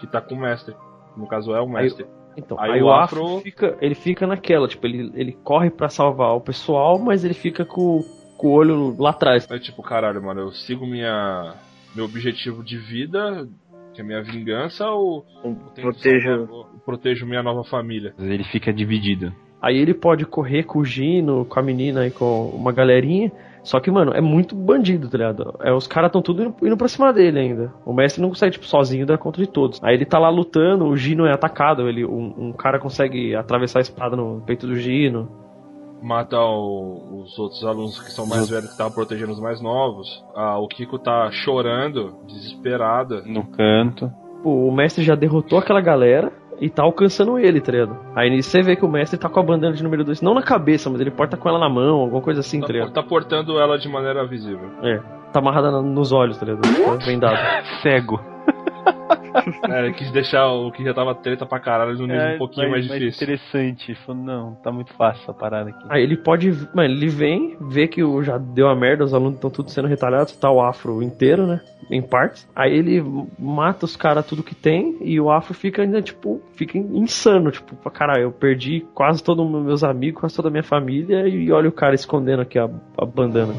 G: que tá com o mestre. No caso é o mestre.
B: Então, aí, o Afro fica, ele fica naquela, tipo, ele, ele corre pra salvar o pessoal, mas ele fica com, com o olho lá atrás.
G: É tipo, caralho, mano, eu sigo minha meu objetivo de vida, que é minha vingança, ou eu tento
F: Proteja.
G: salvar- eu protejo minha nova família?
F: Ele fica dividido.
B: Aí ele pode correr com o Gino, com a menina e com uma galerinha. Só que, mano, é muito bandido, tá ligado? É, os caras estão tudo indo, indo pra cima dele ainda. O mestre não consegue, tipo, sozinho dar conta de todos. Aí ele tá lá lutando, o Gino é atacado, ele, um, um cara consegue atravessar a espada no peito do Gino.
G: Mata o- os outros alunos que são mais velhos, que estavam protegendo os mais novos. Ah, o Kiko tá chorando, desesperada.
F: No canto.
B: Pô, o mestre já derrotou aquela galera e tá alcançando ele, tá ligado? Aí você vê que o mestre tá com a bandana de número 2, não na cabeça, mas ele porta com ela na mão, alguma coisa assim, tá ligado?
G: Tá portando ela de maneira visível.
B: É, tá amarrada na- nos olhos, tá ligado? Tá vendado.
F: Cego.
G: É, ele quis deixar o que já tava treta pra caralho no nível um pouquinho mais, difícil.
F: É, interessante. Ele falou, não, tá muito fácil essa parada aqui.
B: Aí ele pode. Mano, ele vem, vê que o, já deu a merda, os alunos estão tudo sendo retalhados, tá o afro inteiro, né? Em partes. Aí ele mata os caras tudo que tem e o afro fica ainda, tipo, fica insano. Tipo, pra caralho, eu perdi quase todos os meus amigos, quase toda a minha família e olha o cara escondendo aqui a, a bandana.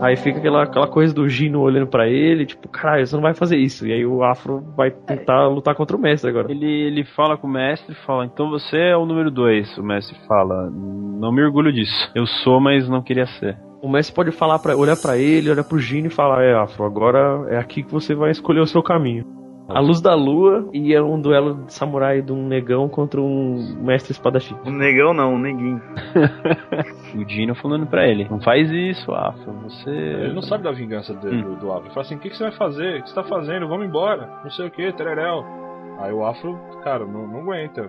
B: Aí fica aquela, aquela coisa do Gino olhando pra ele, tipo, caralho, você não vai fazer isso. E aí o Afro vai tentar lutar contra o mestre agora.
F: Ele, ele fala com o mestre fala, então você é o número 2. O mestre fala, não me orgulho disso. Eu sou, mas não queria ser.
B: O mestre pode falar para olhar pra ele, olhar pro Gino e falar: "É, Afro, agora é aqui que você vai escolher o seu caminho." A luz da lua e é um duelo de samurai de um negão contra um mestre espadachim.
H: Um negão não, um neguinho.
F: O Dino falando pra ele, não faz isso, Afro, você...
G: Ele não sabe da vingança do,
F: Hum.
G: do, do Afro. Ele fala assim: o que, que você vai fazer? O que você tá fazendo? Vamos embora. Não sei o que, tereréu. Aí o Afro, cara, não, não aguenta.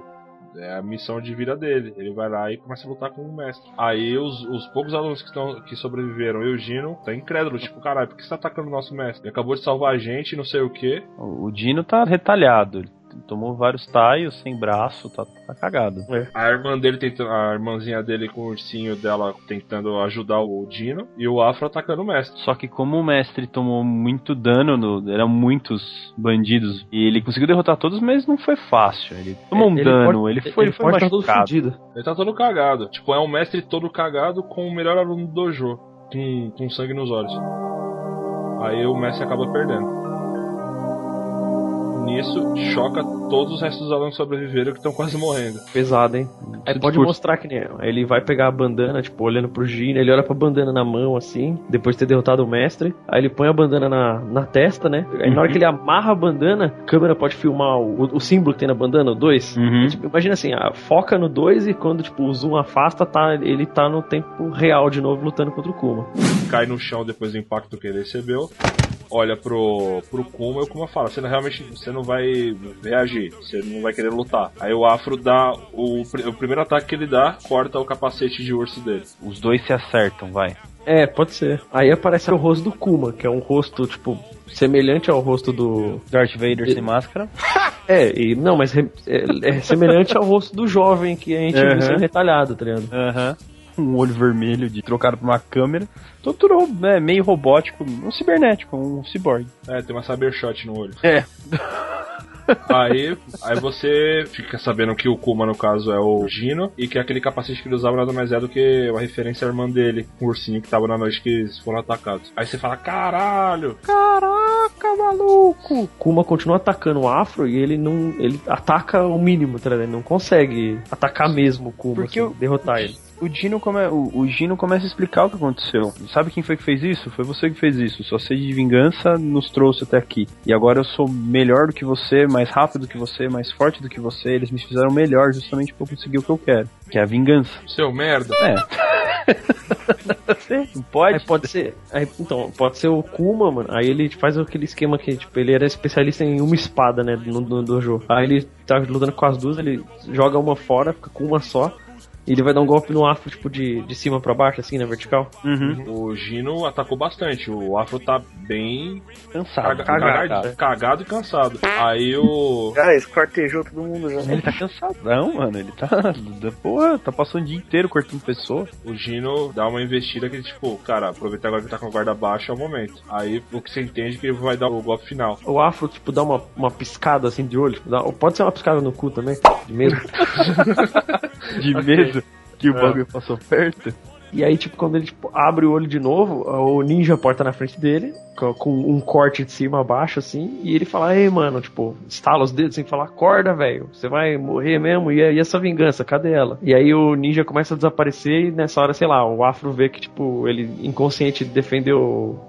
G: É a missão de vida dele. Ele vai lá e começa a lutar com o mestre. Aí os, os poucos alunos que, estão, que sobreviveram e o Gino tá incrédulo. Tipo, caralho, por que você tá atacando o nosso mestre? Ele acabou de salvar a gente, não sei o que.
F: O o Dino tá retalhado, ele tomou vários taios, sem braço, tá, tá cagado.
G: A irmã dele tentando. A irmãzinha dele com o ursinho dela tentando ajudar o Dino. E o Afro atacando o mestre.
F: Só que como o mestre tomou muito dano, no- eram muitos bandidos, e ele conseguiu derrotar todos, mas não foi fácil. Ele tomou um
G: Ele
F: dano,
G: pode-
F: ele foi, ele foi
G: pode tá todo
F: machucado.
G: fudido. Ele tá todo cagado. Tipo, é um mestre todo cagado com o melhor aluno do dojo. Com, com sangue nos olhos. Aí o mestre acaba perdendo. Nisso, choca todos os restos dos alunos que sobreviveram que estão quase morrendo.
B: Pesado, hein? Aí pode
G: discurso.
B: mostrar que nem ele vai pegar a bandana, tipo, olhando pro Gino, ele olha pra bandana na mão, assim, depois de ter derrotado o mestre. Aí ele põe a bandana na, na testa, né? Aí na hora que ele amarra a bandana, a câmera pode filmar o, o símbolo que tem na bandana, o 2. imagina assim, a, foca no 2 e quando, tipo, o zoom afasta, tá, ele tá no tempo real de novo lutando contra o Kuma.
G: Cai no chão depois do impacto que ele recebeu. Olha pro, pro Kuma e o Kuma fala: Você não- realmente você não vai reagir, você não vai querer lutar. Aí o Afro dá o, pr- o primeiro ataque que ele dá, corta o capacete de urso dele.
F: Os dois se acertam, vai.
B: É, pode ser. Aí aparece o rosto do Kuma, que é um rosto, tipo, semelhante ao rosto do.
F: Darth Vader sem máscara?
B: É, e, não, mas re- é, é semelhante ao rosto do jovem que a gente
F: Aham.
B: viu sendo retalhado, tá ligado?
F: Aham. Um olho vermelho de trocado pra uma câmera. Tô tudo ro- é, meio robótico, um cibernético, um ciborgue.
G: É, tem uma sabershot no olho.
F: É.
G: Aí, aí você fica sabendo que o Kuma, no caso, é o Gino, e que aquele capacete que ele usava nada mais é do que uma referência à irmã dele, o ursinho que tava na noite que eles foram atacados. Aí você fala, caralho!
F: Caraca, maluco!
B: Kuma continua atacando o Afro e ele não. ele ataca o mínimo, tá ligado? Ele não consegue atacar mesmo o Kuma,
F: Porque
B: assim,
F: o-
B: derrotar ele.
F: O Gino, come, o, o Gino começa a explicar o que aconteceu. Sabe quem foi que fez isso? Foi você que fez isso. Sua sede de vingança nos trouxe até aqui. E agora eu sou melhor do que você, mais rápido do que você, mais forte do que você. Eles me fizeram melhor justamente pra eu conseguir o que eu quero. Que é a vingança.
G: Seu merda!
F: É. Não pode.
B: Aí pode ser. aí, então, pode ser o Kuma, mano. Aí ele faz aquele esquema que, tipo, ele era especialista em uma espada, né? No, no dojo. Aí ele tá lutando com as duas, ele joga uma fora, fica com uma só. E ele vai dar um golpe no afro, tipo, de, de cima pra baixo, assim, na vertical.
F: Uhum.
G: O Gino atacou bastante. O Afro tá bem.
F: Cansado.
G: Cagado,
F: Tá, Cagado.
G: cagado e cansado. Aí o.
H: Cara, esquartejou todo mundo já.
F: Ele tá cansadão, mano. Ele tá. da Porra, tá passando o dia inteiro cortando pessoa.
G: O Gino dá uma investida que, tipo, cara, aproveitar agora que tá com a guarda baixa é o momento. Aí o que você entende é que ele vai dar o golpe final.
B: O afro, tipo, dá uma, uma piscada assim de olho. tipo, dá- ou pode ser uma piscada no cu também, de medo.
F: De medo que o bagulho passou perto.
B: E aí, tipo, quando ele tipo, abre o olho de novo, o ninja porta na frente dele, co- com um corte de cima a baixo, assim, e ele fala, ei, mano, tipo, estala os dedos sem falar, acorda, velho, você vai morrer mesmo, e, e essa vingança, cadê ela? E aí o ninja começa a desaparecer, e nessa hora, sei lá, o afro vê que, tipo, ele inconsciente defendeu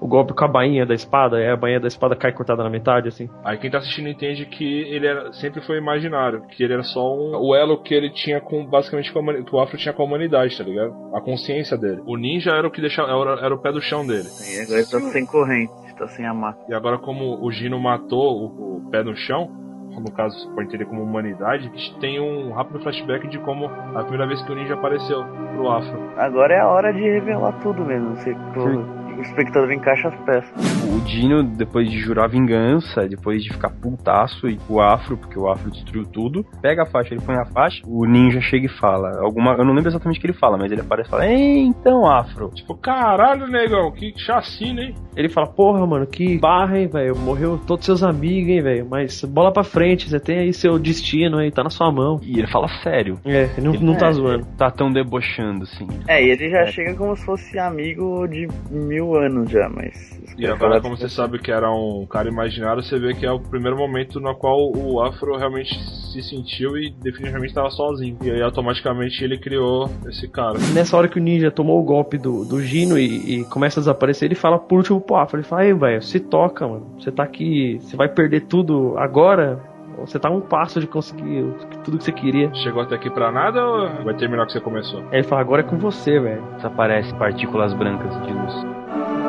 B: o golpe com a bainha da espada, e a bainha da espada cai cortada na metade, assim.
G: Aí quem tá assistindo entende que ele era- sempre foi imaginário, que ele era só um, o elo que ele tinha com basicamente com a humani- que o Afro tinha com a humanidade, tá ligado? A consciência dele. O ninja era o que deixava era, era o pé do chão dele.
H: E agora ele tá sem corrente, tá sem a mata.
G: E agora como o Gino matou o, o pé no chão, no caso pode entender como humanidade, a gente tem um rápido flashback de como a primeira vez que o ninja apareceu pro Afro.
H: Agora é a hora de revelar tudo mesmo. Você, o, o espectador encaixa as peças.
F: O Dino, depois de jurar vingança, depois de ficar putaço e o afro, porque o afro destruiu tudo, pega a faixa, ele põe a faixa, o ninja chega e fala. Alguma, eu não lembro exatamente o que ele fala, mas ele aparece e fala: Ei, então, afro.
G: Tipo, caralho, negão, que chacina, hein?
B: Ele fala, porra, mano, que barra, hein, velho. Morreu todos seus amigos, hein, velho. Mas bola pra frente, você tem aí seu destino aí, tá na sua mão.
F: E ele fala sério.
B: É, ele não, não tá
F: É,
B: zoando.
F: Tá tão debochando, assim.
H: É, e ele já
F: É.
H: chega como se fosse amigo de mil anos já, mas. tá
G: E agora, como você sabe que era um cara imaginário, você vê que é o primeiro momento no qual o Afro realmente se sentiu e definitivamente estava sozinho. E aí, automaticamente, ele criou esse cara.
B: Nessa hora que o ninja tomou o golpe do, do Gino e, e começa a desaparecer, ele fala por último pro Afro. Ele fala, ei, velho, se toca, mano. Você tá aqui, você vai perder tudo agora. Você tá a um passo de conseguir o- tudo que você queria.
G: Chegou até aqui pra nada ou vai terminar o que você começou?
B: Aí ele fala, agora é com você, velho.
F: Desaparece partículas brancas de luz.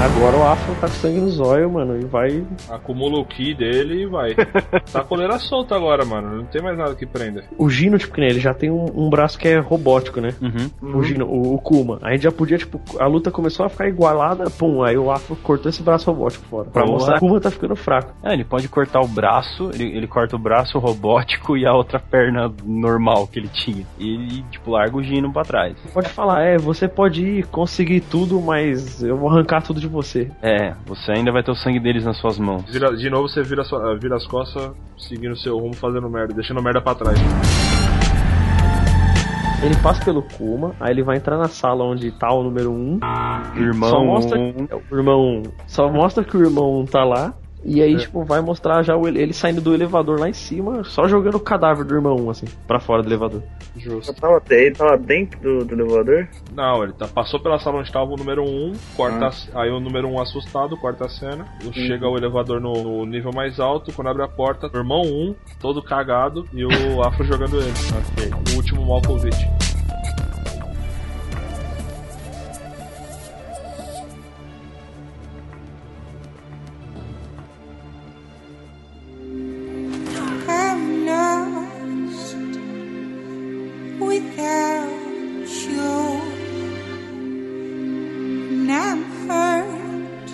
B: Agora o Afro tá com sangue nos olhos, mano, e vai.
G: Acumula o ki dele e vai. tá a coleira solta agora, mano. Não tem mais nada que prenda.
B: O Gino, tipo, que nem ele já tem um, um braço que é robótico, né? O Gino, o, o Kuma. A gente já podia, tipo, a luta começou a ficar igualada, pum, aí o Afro cortou esse braço robótico fora. Pra
F: Boa.
B: mostrar que o Kuma tá ficando fraco.
F: É, ele pode cortar o braço, ele, ele corta o braço robótico e a outra perna normal que ele tinha. E ele, tipo, larga o Gino pra trás.
B: Pode falar, é, você pode ir conseguir tudo, mas eu vou arrancar tudo de você.
F: É, você ainda vai ter o sangue deles nas suas mãos.
G: Vira- de novo, você vira, sua- vira as costas, seguindo seu rumo, fazendo merda, deixando merda pra trás.
B: Ele passa pelo Kuma, aí ele vai entrar na sala onde tá o número 1. Um,
F: Irmão
B: Só mostra,
F: um.
B: é, o irmão um. Só mostra que o irmão um tá lá. E aí, tipo, vai mostrar já o ele, ele saindo do elevador lá em cima, só jogando o cadáver do irmão um, assim, pra fora do elevador.
G: Justo.
H: Tava, ele tava dentro do, do elevador?
G: Não, ele tá, passou pela sala onde tava o número 1, corta a c- aí o número 1 assustado, corta a cena, Uhum. chega o elevador no, no nível mais alto, quando abre a porta, o irmão 1, todo cagado, e o Afro jogando ele. Ok, O último Malkovich.
N: I'm lost without you, and I'm hurt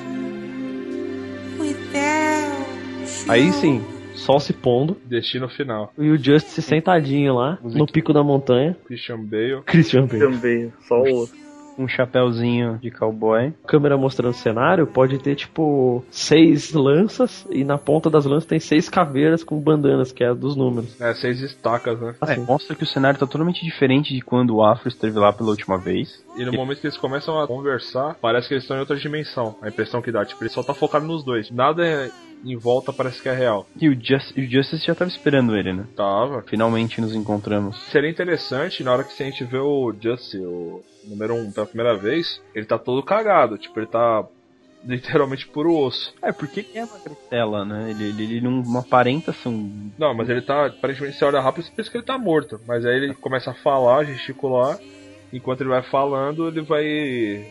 N: without you.
B: Aí sim, sol se pondo.
G: Destino final.
B: E o Justice sentadinho lá, no pico da montanha.
G: Christian Bale.
B: Christian Bale.
H: Também, só o.
F: Um chapéuzinho de cowboy.
B: Câmera mostrando o cenário, pode ter tipo seis lanças e na ponta das lanças tem seis caveiras com bandanas, que é a dos números. Assim.
G: É, seis estacas, né?
F: É, mostra que o cenário tá totalmente diferente de quando o Afro esteve lá pela última vez.
G: E no momento que eles começam a conversar, parece que eles estão em outra dimensão. A impressão que dá, tipo, ele só tá focado nos dois. Nada é- em volta parece que é real.
F: E o, Just, o Justice já tava esperando ele, né?
G: Tava.
F: Finalmente nos encontramos.
G: Seria interessante na hora que a gente vê o Justice, o número 1, um, pela primeira vez, ele tá todo cagado. Tipo, ele tá literalmente puro osso.
F: É, porque que é uma Gretela, né? Ele, ele, ele não, não aparenta ser um.
G: Não, mas ele tá. Aparentemente você olha rápido e pensa que ele tá morto. Mas aí ele começa a falar, gesticular. Enquanto ele vai falando, ele vai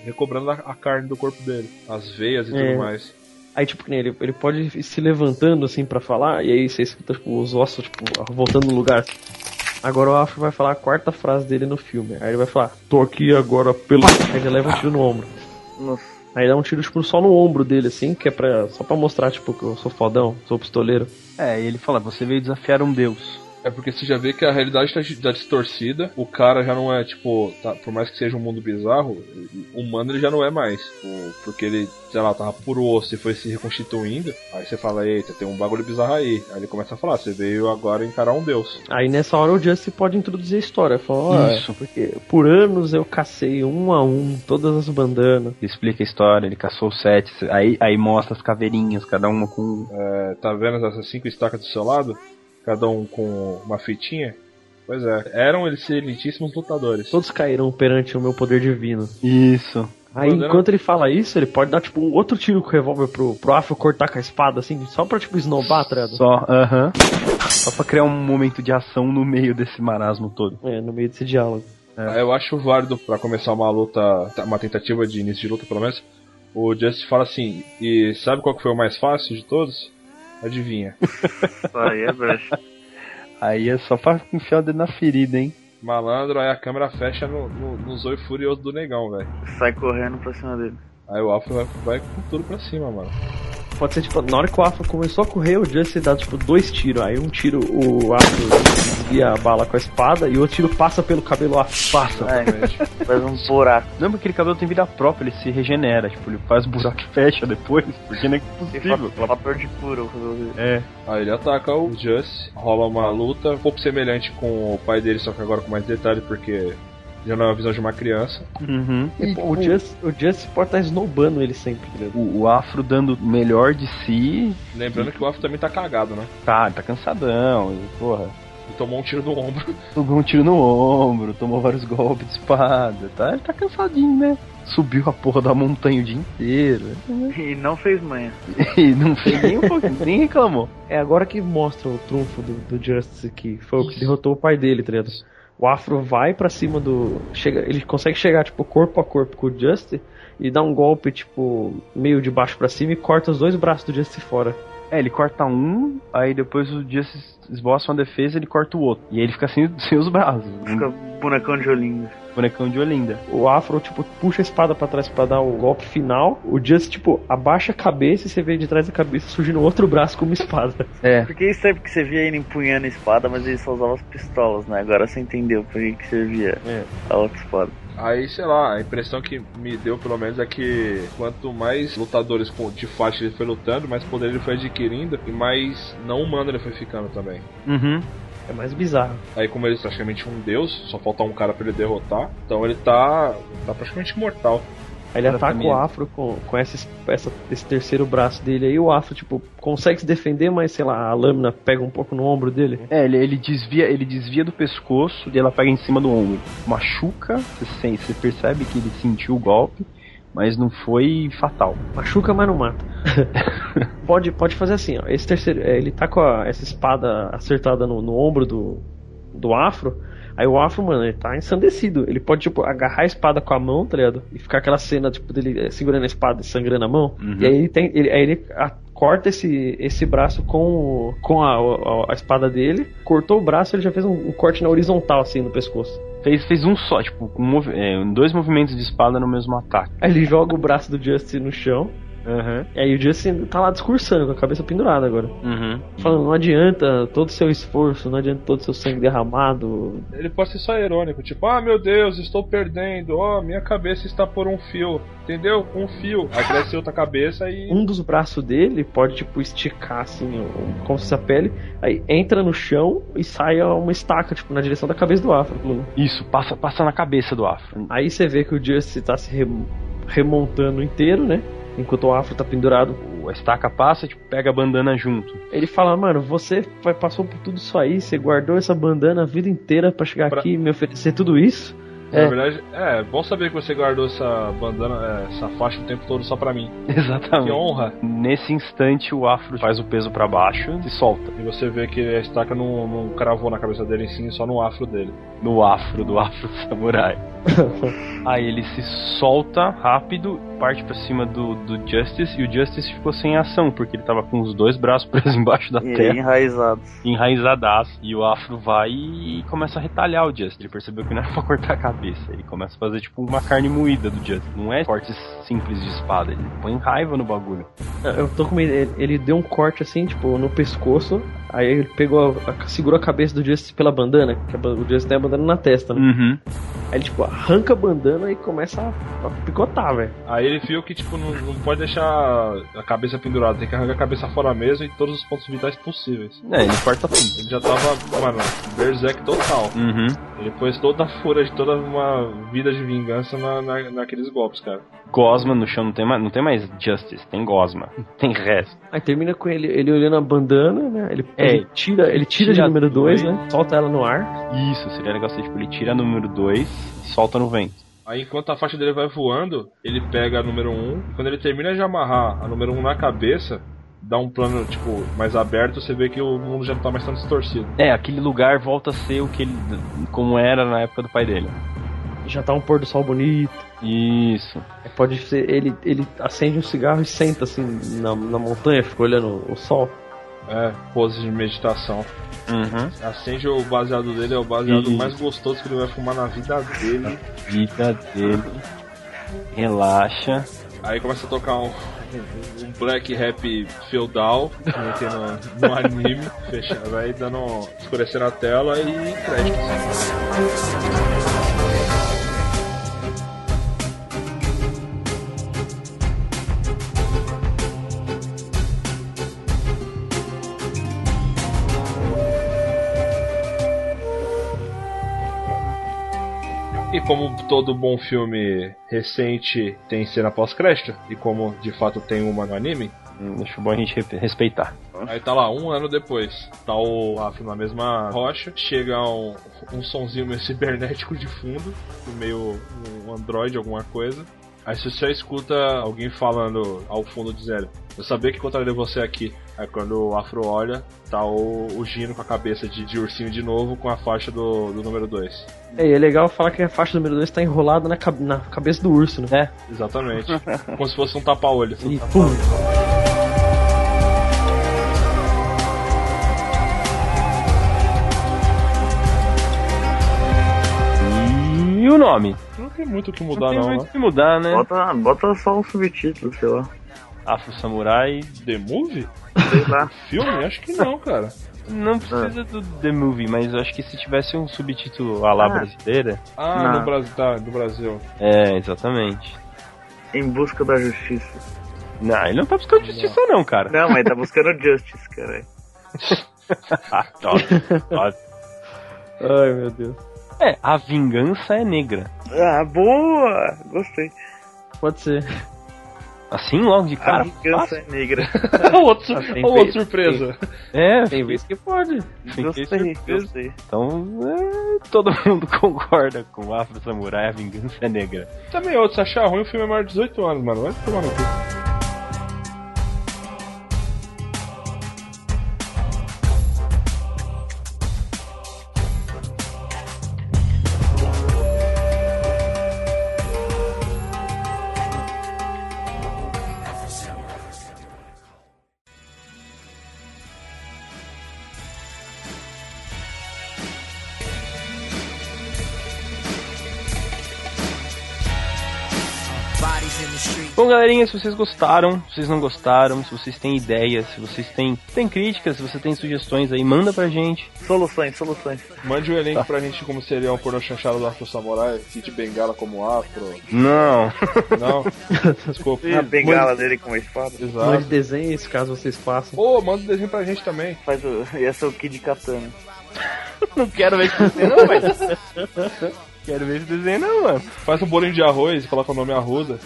G: recobrando a, a carne do corpo dele. As veias e
B: É.
G: tudo mais.
B: Aí, tipo, que nem ele, ele pode ir se levantando assim pra falar, e aí você escuta tipo, os ossos, tipo, voltando no lugar. Agora o Afro vai falar a quarta frase dele no filme. Aí ele vai falar, tô aqui agora pelo. Aí ele leva um tiro no ombro. Aí dá um tiro, tipo, só no ombro dele, assim, que é pra. Só pra mostrar, tipo, que eu sou fodão, sou pistoleiro.
F: É, e ele fala, você veio desafiar um deus.
G: É porque você já vê que a realidade tá, tá distorcida. O cara já não é, tipo, tá- por mais que seja um mundo bizarro, humano ele já não é mais. Tipo, porque ele, sei lá, tava puro osso e foi se reconstituindo. Aí você fala, eita, tem um bagulho bizarro aí. Aí ele começa a falar, você veio agora encarar um deus.
B: Aí nessa hora o Justice pode introduzir a história. Fala, ó, é,
F: Isso.
B: porque por anos eu cacei um a um todas as bandanas.
F: Ele explica a história, ele caçou sete, aí, aí mostra as caveirinhas, cada uma com.
G: É, tá vendo essas cinco estacas do seu lado? Cada um com uma fitinha? Pois é, eram eles elitíssimos lutadores.
B: Todos caíram perante o meu poder divino.
F: Isso.
B: Aí
G: Pois é, né?
B: enquanto ele fala isso, ele pode dar tipo um outro tiro com o revólver pro, pro Afro cortar com a espada, assim, só pra tipo esnobar, tá ligado?
F: Só, aham. Só pra criar um momento de ação no meio desse marasmo todo.
B: É, no meio desse diálogo.
G: Ah, Eu acho válido pra começar uma luta, uma tentativa de início de luta pelo menos. O Justice fala assim, e sabe qual que foi o mais fácil de todos? Adivinha.
H: Aí é brecha.
F: Aí é só pra enfiar o dedo na ferida, hein?
G: Malandro, aí a câmera fecha no, no, no zoio furioso do negão, velho.
H: Sai correndo pra cima dele.
G: Aí o Alpha vai, vai com tudo pra cima, mano.
B: Pode ser tipo, na hora que o Afro começou a correr, o Justice dá tipo dois tiros. Aí um tiro o Afro desvia a bala com a espada e o outro tiro passa pelo cabelo o Afro. Passa.
H: Faz um buraco.
F: Lembra que aquele cabelo tem vida própria, ele se regenera, tipo, ele faz buraco e fecha depois, porque não é possível.
H: Fator de cura. o cabelo dele.
F: É.
G: Aí ele ataca o Justice, rola uma luta um pouco semelhante com o pai dele, só que agora com mais detalhe, porque já não é a visão de uma criança.
F: Uhum.
B: E, pô, Tipo, o, Justice, o Justice pode estar esnobando ele sempre, tá ligado?
F: O, o afro dando o melhor de si.
G: Lembrando que o Alpha também tá cagado, né?
F: Tá, tá cansadão, e, porra.
G: E tomou um tiro no ombro.
F: Tomou um tiro no ombro, tomou vários golpes de espada, tá? Ele tá cansadinho, né? Subiu a porra da montanha o dia inteiro.
H: E não fez manha.
F: E não fez nem um pouquinho, nem reclamou.
B: É agora que mostra o trunfo do, do Justice que foi o que derrotou o pai dele, tá ligado? O Afro vai pra cima do. Chega, ele consegue chegar, tipo, corpo a corpo com o Justice e dá um golpe, tipo, meio de baixo pra cima e corta os dois braços do Justice fora.
F: É, ele corta um, aí depois o Justice esboça uma defesa ele corta o outro. E aí ele fica sem, sem os braços. um
H: Fica bonecão de Olinda.
F: Bonecão de Olinda.
B: O Afro, tipo, puxa a espada pra trás pra dar o golpe final. O Justice, tipo, abaixa a cabeça e você vê de trás da cabeça surgindo outro braço com uma espada.
F: É.
H: Porque isso é porque você via ele empunhando a espada, mas ele só usava as pistolas, né? Agora você entendeu por que que servia a outra espada.
G: Aí, sei lá, a impressão que me deu pelo menos é que quanto mais lutadores com- de faixa ele foi lutando, mais poder ele foi adquirindo e mais não humano ele foi ficando também.
F: Uhum.
B: É mais bizarro.
G: Aí como ele é praticamente um deus, só falta um cara pra ele derrotar, então ele tá. tá praticamente mortal.
B: Aí ele
G: Ela
B: ataca
G: também.
B: o Afro com, com essa, es- essa- esse terceiro braço dele aí. O Afro, tipo, consegue se defender, mas sei lá, a lâmina pega um pouco no ombro dele.
F: É, ele, ele desvia, ele desvia do pescoço e ela pega em cima do ombro. Machuca, você, sen- você percebe que ele sentiu o golpe, mas não foi fatal.
B: Machuca, mas não mata. pode, pode fazer assim, ó. Esse terceiro. é, ele tá com a- essa espada acertada no, no ombro do, do afro. Aí o afro, mano, ele tá ensandecido. Ele pode, tipo, agarrar a espada com a mão, tá ligado? E ficar aquela cena, tipo, dele eh, segurando a espada e sangrando a mão.
F: Uhum.
B: E aí ele tem. Ele, aí ele a- corta esse, esse braço com, o- com a, a- a espada dele. Cortou o braço, ele já fez um, um corte na horizontal, assim, no pescoço.
F: Fez, fez um só, tipo, com movi- é, dois movimentos de espada no mesmo ataque.
B: Aí ele joga o braço do Justin no chão. E aí o Justin tá lá discursando, com a cabeça pendurada agora.
F: Uhum.
B: Falando, não adianta todo o seu esforço, não adianta todo o seu sangue derramado.
G: Ele pode ser só irônico, tipo, ah meu Deus, estou perdendo, ó, minha cabeça está por um fio, entendeu? Um fio. Aí cresce outra cabeça e.
B: Um dos braços dele pode, tipo, esticar, assim, o- como se fosse a pele. Aí entra no chão e sai uma estaca, tipo, na direção da cabeça do Afro.
F: Isso, passa, passa na cabeça do Afro.
B: Aí você vê que o Justin tá se rem- remontando inteiro, né? Enquanto o Afro tá pendurado.
F: A estaca passa, tipo, pega a bandana junto.
B: Ele fala, mano, você pa- passou por tudo isso aí, você guardou essa bandana a vida inteira pra chegar aqui e me oferecer tudo isso.
G: Na verdade, é bom saber que você guardou essa bandana, é, essa faixa o tempo todo só pra mim.
F: Exatamente.
G: Que honra.
F: é um- Nesse instante, o afro faz o peso pra baixo e solta.
G: E você vê que a estaca não, não cravou na cabeça dele em si, só no afro dele.
F: No afro, do afro samurai. Aí ele se solta rápido, parte pra cima do, do Justice, e o Justice ficou sem ação, porque ele tava com os dois braços presos embaixo da
H: E
F: terra.
H: enraizado.
F: Enraizadaço. E o afro vai e começa a retalhar o Justice. Ele percebeu que não era pra cortar a cabeça. Ele começa a fazer tipo uma carne moída do Justice. Não é corte simples de espada, ele põe raiva no bagulho.
B: Eu tô com medo. Ele, ele deu um corte assim, tipo, no pescoço. Aí ele pegou a, a- segurou a cabeça do Justice pela bandana, que a ban- o Justice tem a bandana na testa, né?
F: Uhum.
B: Aí ele, tipo, arranca a bandana e começa a, a picotar, velho.
G: Aí ele viu que tipo não, não pode deixar a cabeça pendurada, tem que arrancar a cabeça Tá fora mesmo em todos os pontos vitais possíveis.
F: É, ele corta tudo.
G: Ele já tava, mano, berserk total.
F: Uhum.
G: Ele pôs toda a fúria de toda uma vida de vingança na, na- naqueles golpes, cara.
F: Gosma no chão não tem mais, não tem mais Justice, tem Gosma. Tem resto.
B: Aí termina com ele, ele olhando a bandana, né? Ele,
F: É,
B: ele tira, ele tira, de
F: tira
B: número 2,
F: dois.
B: né? Solta ela no ar.
F: Isso, seria legal se tipo, ele tira a número 2 solta no vento.
G: Aí enquanto a faixa dele vai voando, ele pega a número 1, um, e quando ele termina de amarrar a número 1 um na cabeça, dá um plano, tipo, mais aberto, você vê que o mundo já não tá mais tão distorcido.
F: É, aquele lugar volta a ser o que ele. como era na época do pai dele.
B: Já tá um pôr do sol bonito. É,
F: Isso.
B: Pode ser. Ele, ele acende um cigarro e senta assim na, na montanha, fica olhando o sol.
G: É, pose de meditação.
F: Uhum.
G: Acende o baseado dele, é o baseado
F: Isso.
G: mais gostoso que ele vai fumar na vida dele.
F: Vida dele. Relaxa.
G: Aí começa a tocar um, um, um black rap feudal, né, que no, no anime, fechando, vai dando, um, escurecendo a tela e créditos. E como todo bom filme recente tem cena pós-crédito, e como de fato tem uma no anime,
F: Acho bom a gente re- respeitar.
G: Aí tá lá, um ano depois, tá o Rafa na mesma rocha, chega um, um sonzinho meio cibernético de fundo, meio um android, alguma coisa. Aí você só escuta alguém falando ao fundo dizendo, eu sabia que encontraria você aqui. Aí quando o Afro olha, tá o, o Gino com a cabeça de, de ursinho de novo com a faixa do, do número 2.
B: É, e é legal falar que a faixa número 2 tá enrolada na, cab- na cabeça do urso, né?
G: Exatamente. Como se fosse um tapa-olho.
B: E pum.
F: E o nome?
G: Não tem muito o que mudar não,
F: tem muito
G: né?
F: o que mudar, né?
H: Bota, bota só um subtítulo, sei lá.
F: Afro Samurai.
G: The Movie?
H: Sei lá.
G: Filme? Acho que não, cara.
F: Não precisa do The Movie, mas eu acho que se tivesse um subtítulo à lá
G: Ah.
F: brasileira.
G: Ah, no Brasil, tá, do Brasil.
F: É, exatamente.
H: Em busca da justiça.
F: Não, ele não tá buscando justiça, não, cara.
H: Não, mas tá buscando justice, cara.
F: Ah, Top, top.
B: Ai, meu Deus.
F: É, a vingança é negra.
H: Ah, boa! Gostei.
B: Pode ser.
F: Assim, logo de cara.
H: a vingança é negra.
G: Ou outro,
F: Tem
G: ou outra
F: vez-
G: surpresa.
F: É,
B: Tem vezes que pode.
F: Fiquei
H: Gostei,
F: surpreso.
H: gostei.
F: Então, é, todo mundo concorda com o Afro Samurai, a vingança é negra.
G: Também outro, se achar ruim, o filme é maior de 18 anos, mano. Vai tomar no cu.
E: Bodies in the street.
F: Bom, galerinha, se vocês gostaram, se vocês não gostaram, se vocês têm ideias, se vocês têm, têm críticas, se vocês têm sugestões aí, manda pra gente. Tá.
H: Soluções, soluções.
G: Mande o elenco pra gente como seria um pornô chanchado do Afro Samurai, Kid Bengala como Afro.
F: Não.
G: Não? Desculpa.
H: A bengala
G: Mande-
H: dele com uma espada.
B: Mande
G: Exato.
B: desenhos, caso vocês façam.
G: Ô, manda o desenho pra gente também.
H: Faz o... Esse é o Kid Katana.
F: Não quero ver esse desenho, não, velho. Quero ver esse desenho, não, mano.
G: Faz um bolinho de arroz e coloca o nome Arruda.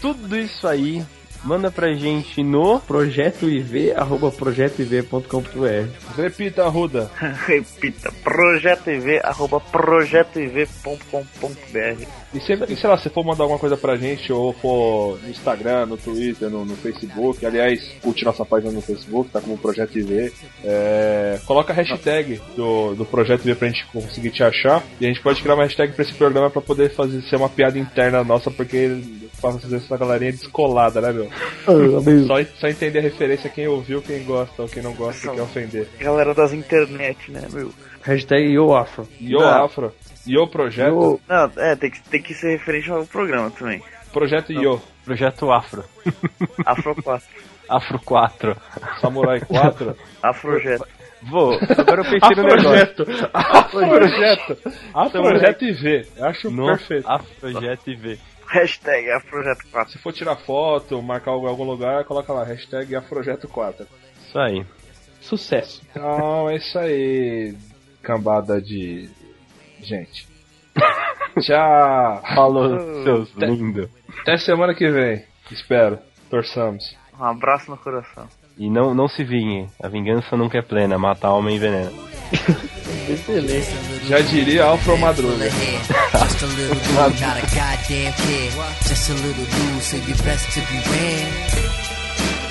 F: Tudo isso aí, manda pra gente no.
B: Projetoiv.com.br
G: Repita, Arruda.
H: Repita, projetoiv, arroba projetoiv.com.br.
G: E sempre que, sei lá, se for mandar alguma coisa pra gente, ou for no Instagram, no Twitter, no, no Facebook, aliás, curte nossa página no Facebook, tá como Projeto IV, é, coloca a hashtag do, do Projeto IV pra gente conseguir te achar, e a gente pode criar uma hashtag pra esse programa pra poder fazer ser uma piada interna nossa, porque faz essa galerinha descolada, né, meu? só, só entender a referência quem ouviu, quem gosta, ou quem não gosta, e quem ofender.
H: Galera das internet, né, meu?
B: Hashtag YoAfro.
G: Yo Afro. Yo Projeto.
H: Não, é, tem que, tem que ser referente ao programa também.
G: Projeto Yo.
F: Projeto Afro.
H: Afro 4.
F: Afro 4.
G: Samurai 4.
H: Afrojeto.
F: Vou, agora eu pensei no
G: Afrojeto.
F: negócio.
G: Afrojeto. Afrojeto
F: Afrojeto.
G: e V. Eu acho
F: Nossa,
G: perfeito.
F: Afrojeto e V.
H: Hashtag Afrojeto 4.
G: Ah, Se for tirar foto, marcar algo em algum lugar, coloca lá, hashtag Afrojeto 4.
F: Isso aí.
B: Sucesso.
G: Então é isso aí, cambada de gente. Tchau.
F: Falou, seus lindos.
G: Até semana que vem. Espero. Torçamos.
H: Um abraço no coração.
F: E não, não se vinguem. A vingança nunca é plena. Mata a alma e envenena.
B: Excelente.
G: Já diria Alfro Madruga.
E: Just a little dude, not a goddamn kid. Just a little dude, so you best to beware.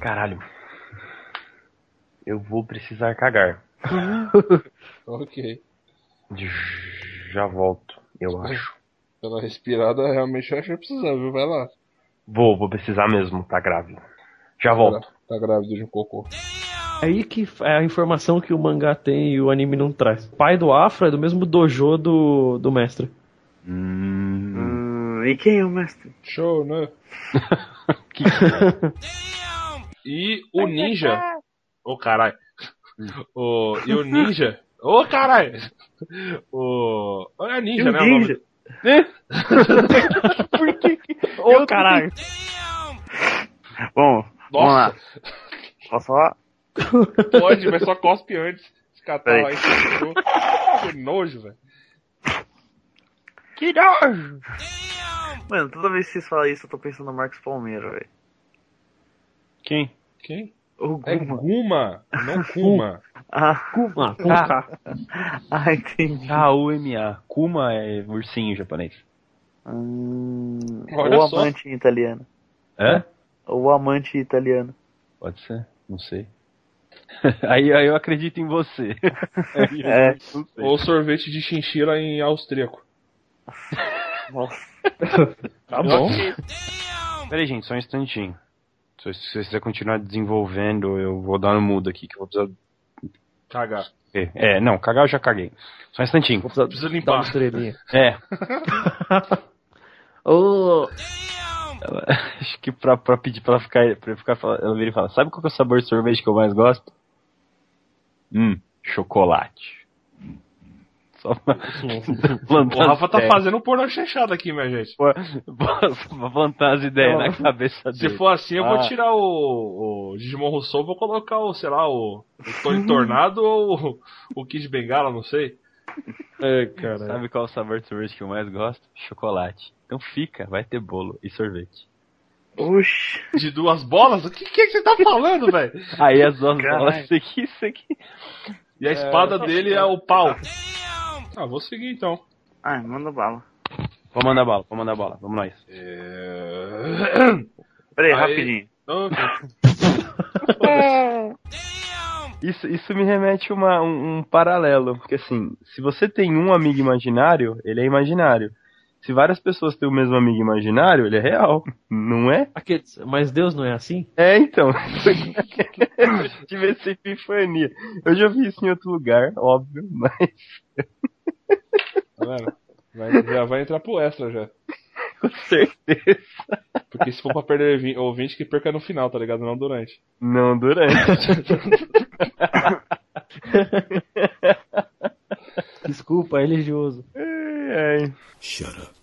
F: Caralho. Eu vou precisar cagar.
G: ok.
F: Já volto, eu acho.
G: Pela respirada, realmente eu acho que precisa, viu? Vai lá.
F: Vou, vou precisar mesmo. Tá grave. Já volto.
G: Tá grávido de um cocô.
B: Aí que é a informação que o mangá tem e o anime não traz. Pai do Afro é do mesmo dojo do, do mestre.
H: Hum, E quem é o mestre?
G: Show, né? E o Ninja. Ô caralho. O, e o Ninja. Ô caralho. O. Olha, Ninja,
H: E é o
G: né?
H: Ninja?
G: O nome... Por que? Ô caralho.
H: Bom, vamos lá.
G: Nossa.
H: Posso falar?
G: Pode, mas só cospe antes. Se catar
H: Peraí.
G: lá e se Que nojo, velho. Que nojo!
H: Mano, toda vez que vocês falam isso, eu tô pensando no Marcos Palmeira, velho.
F: Quem?
G: Quem?
H: O
G: É
H: Guma.
G: Guma, não Kuma.
H: Ah,
B: Kuma,
F: com K.
H: ah, entendi.
F: K-U-M-A. Kuma é ursinho em japonês.
H: Hum,
F: Olha
H: o
F: só.
H: amante italiano.
F: Hã?
H: O amante italiano.
F: Pode ser, não sei. aí, aí eu acredito em você. Aí eu
H: É.
F: não sei.
G: Ou sorvete de chinchila em austríaco.
H: Nossa.
G: Tá
F: bom. Peraí, gente, só um instantinho. Se se você quiser continuar desenvolvendo, eu vou dar no mudo aqui, que eu vou precisar.
G: Cagar.
F: ver. É, não, cagar eu já caguei. Só um instantinho.
G: Preciso limpar.
B: estrelinha.
F: É.
B: Ô,
F: Ela- acho que pra, pra pedir pra ela ficar. Pra eu ficar fal- ela vira e fala: Sabe qual que é o sabor de sorvete que eu mais gosto? Hum, chocolate. Só pra.
G: O Rafa tá
F: sério.
G: fazendo um pornô chanchado aqui, minha gente.
F: Vou plantar as ideias na cabeça dele.
G: Se for assim, eu vou
F: Ah.
G: tirar o, o Digimon Rousseau, vou colocar o, sei lá, o, o Tony Tornado ou o, o Kid Bengala, não sei.
B: Ai, cara.
F: Sabe qual é o sabor de sorvete que eu mais gosto? Chocolate. Então fica, vai ter bolo e sorvete.
H: Oxi.
G: De duas bolas? O que, que, que você tá falando, velho?
F: Aí as duas
H: Caralho.
F: bolas, isso aqui, isso aqui.
G: E a espada dele é o pau. Ah, vou seguir então.
H: Ah, manda bala.
F: Vamos mandar bala, vamos mandar bala, vamos nós.
G: Aí.
H: Peraí, rapidinho.
G: Então, Ok.
F: Isso, isso me remete a uma- um, um paralelo, porque assim, se você tem um amigo imaginário, ele é imaginário. Se várias pessoas têm o mesmo amigo imaginário, ele é real, não é?
B: Aqueles- Mas Deus não é assim?
F: É, então. Tive essa epifania. Eu já vi isso em outro lugar, óbvio, mas
G: Tá vendo? Vai, já vai entrar pro extra já.
F: Com certeza.
G: Porque se for pra perder vi- ouvinte, que perca no final, tá ligado? Não durante.
F: Não durante.
B: Desculpa, é religioso.
F: Ai, ai.
B: É,
L: Shut up.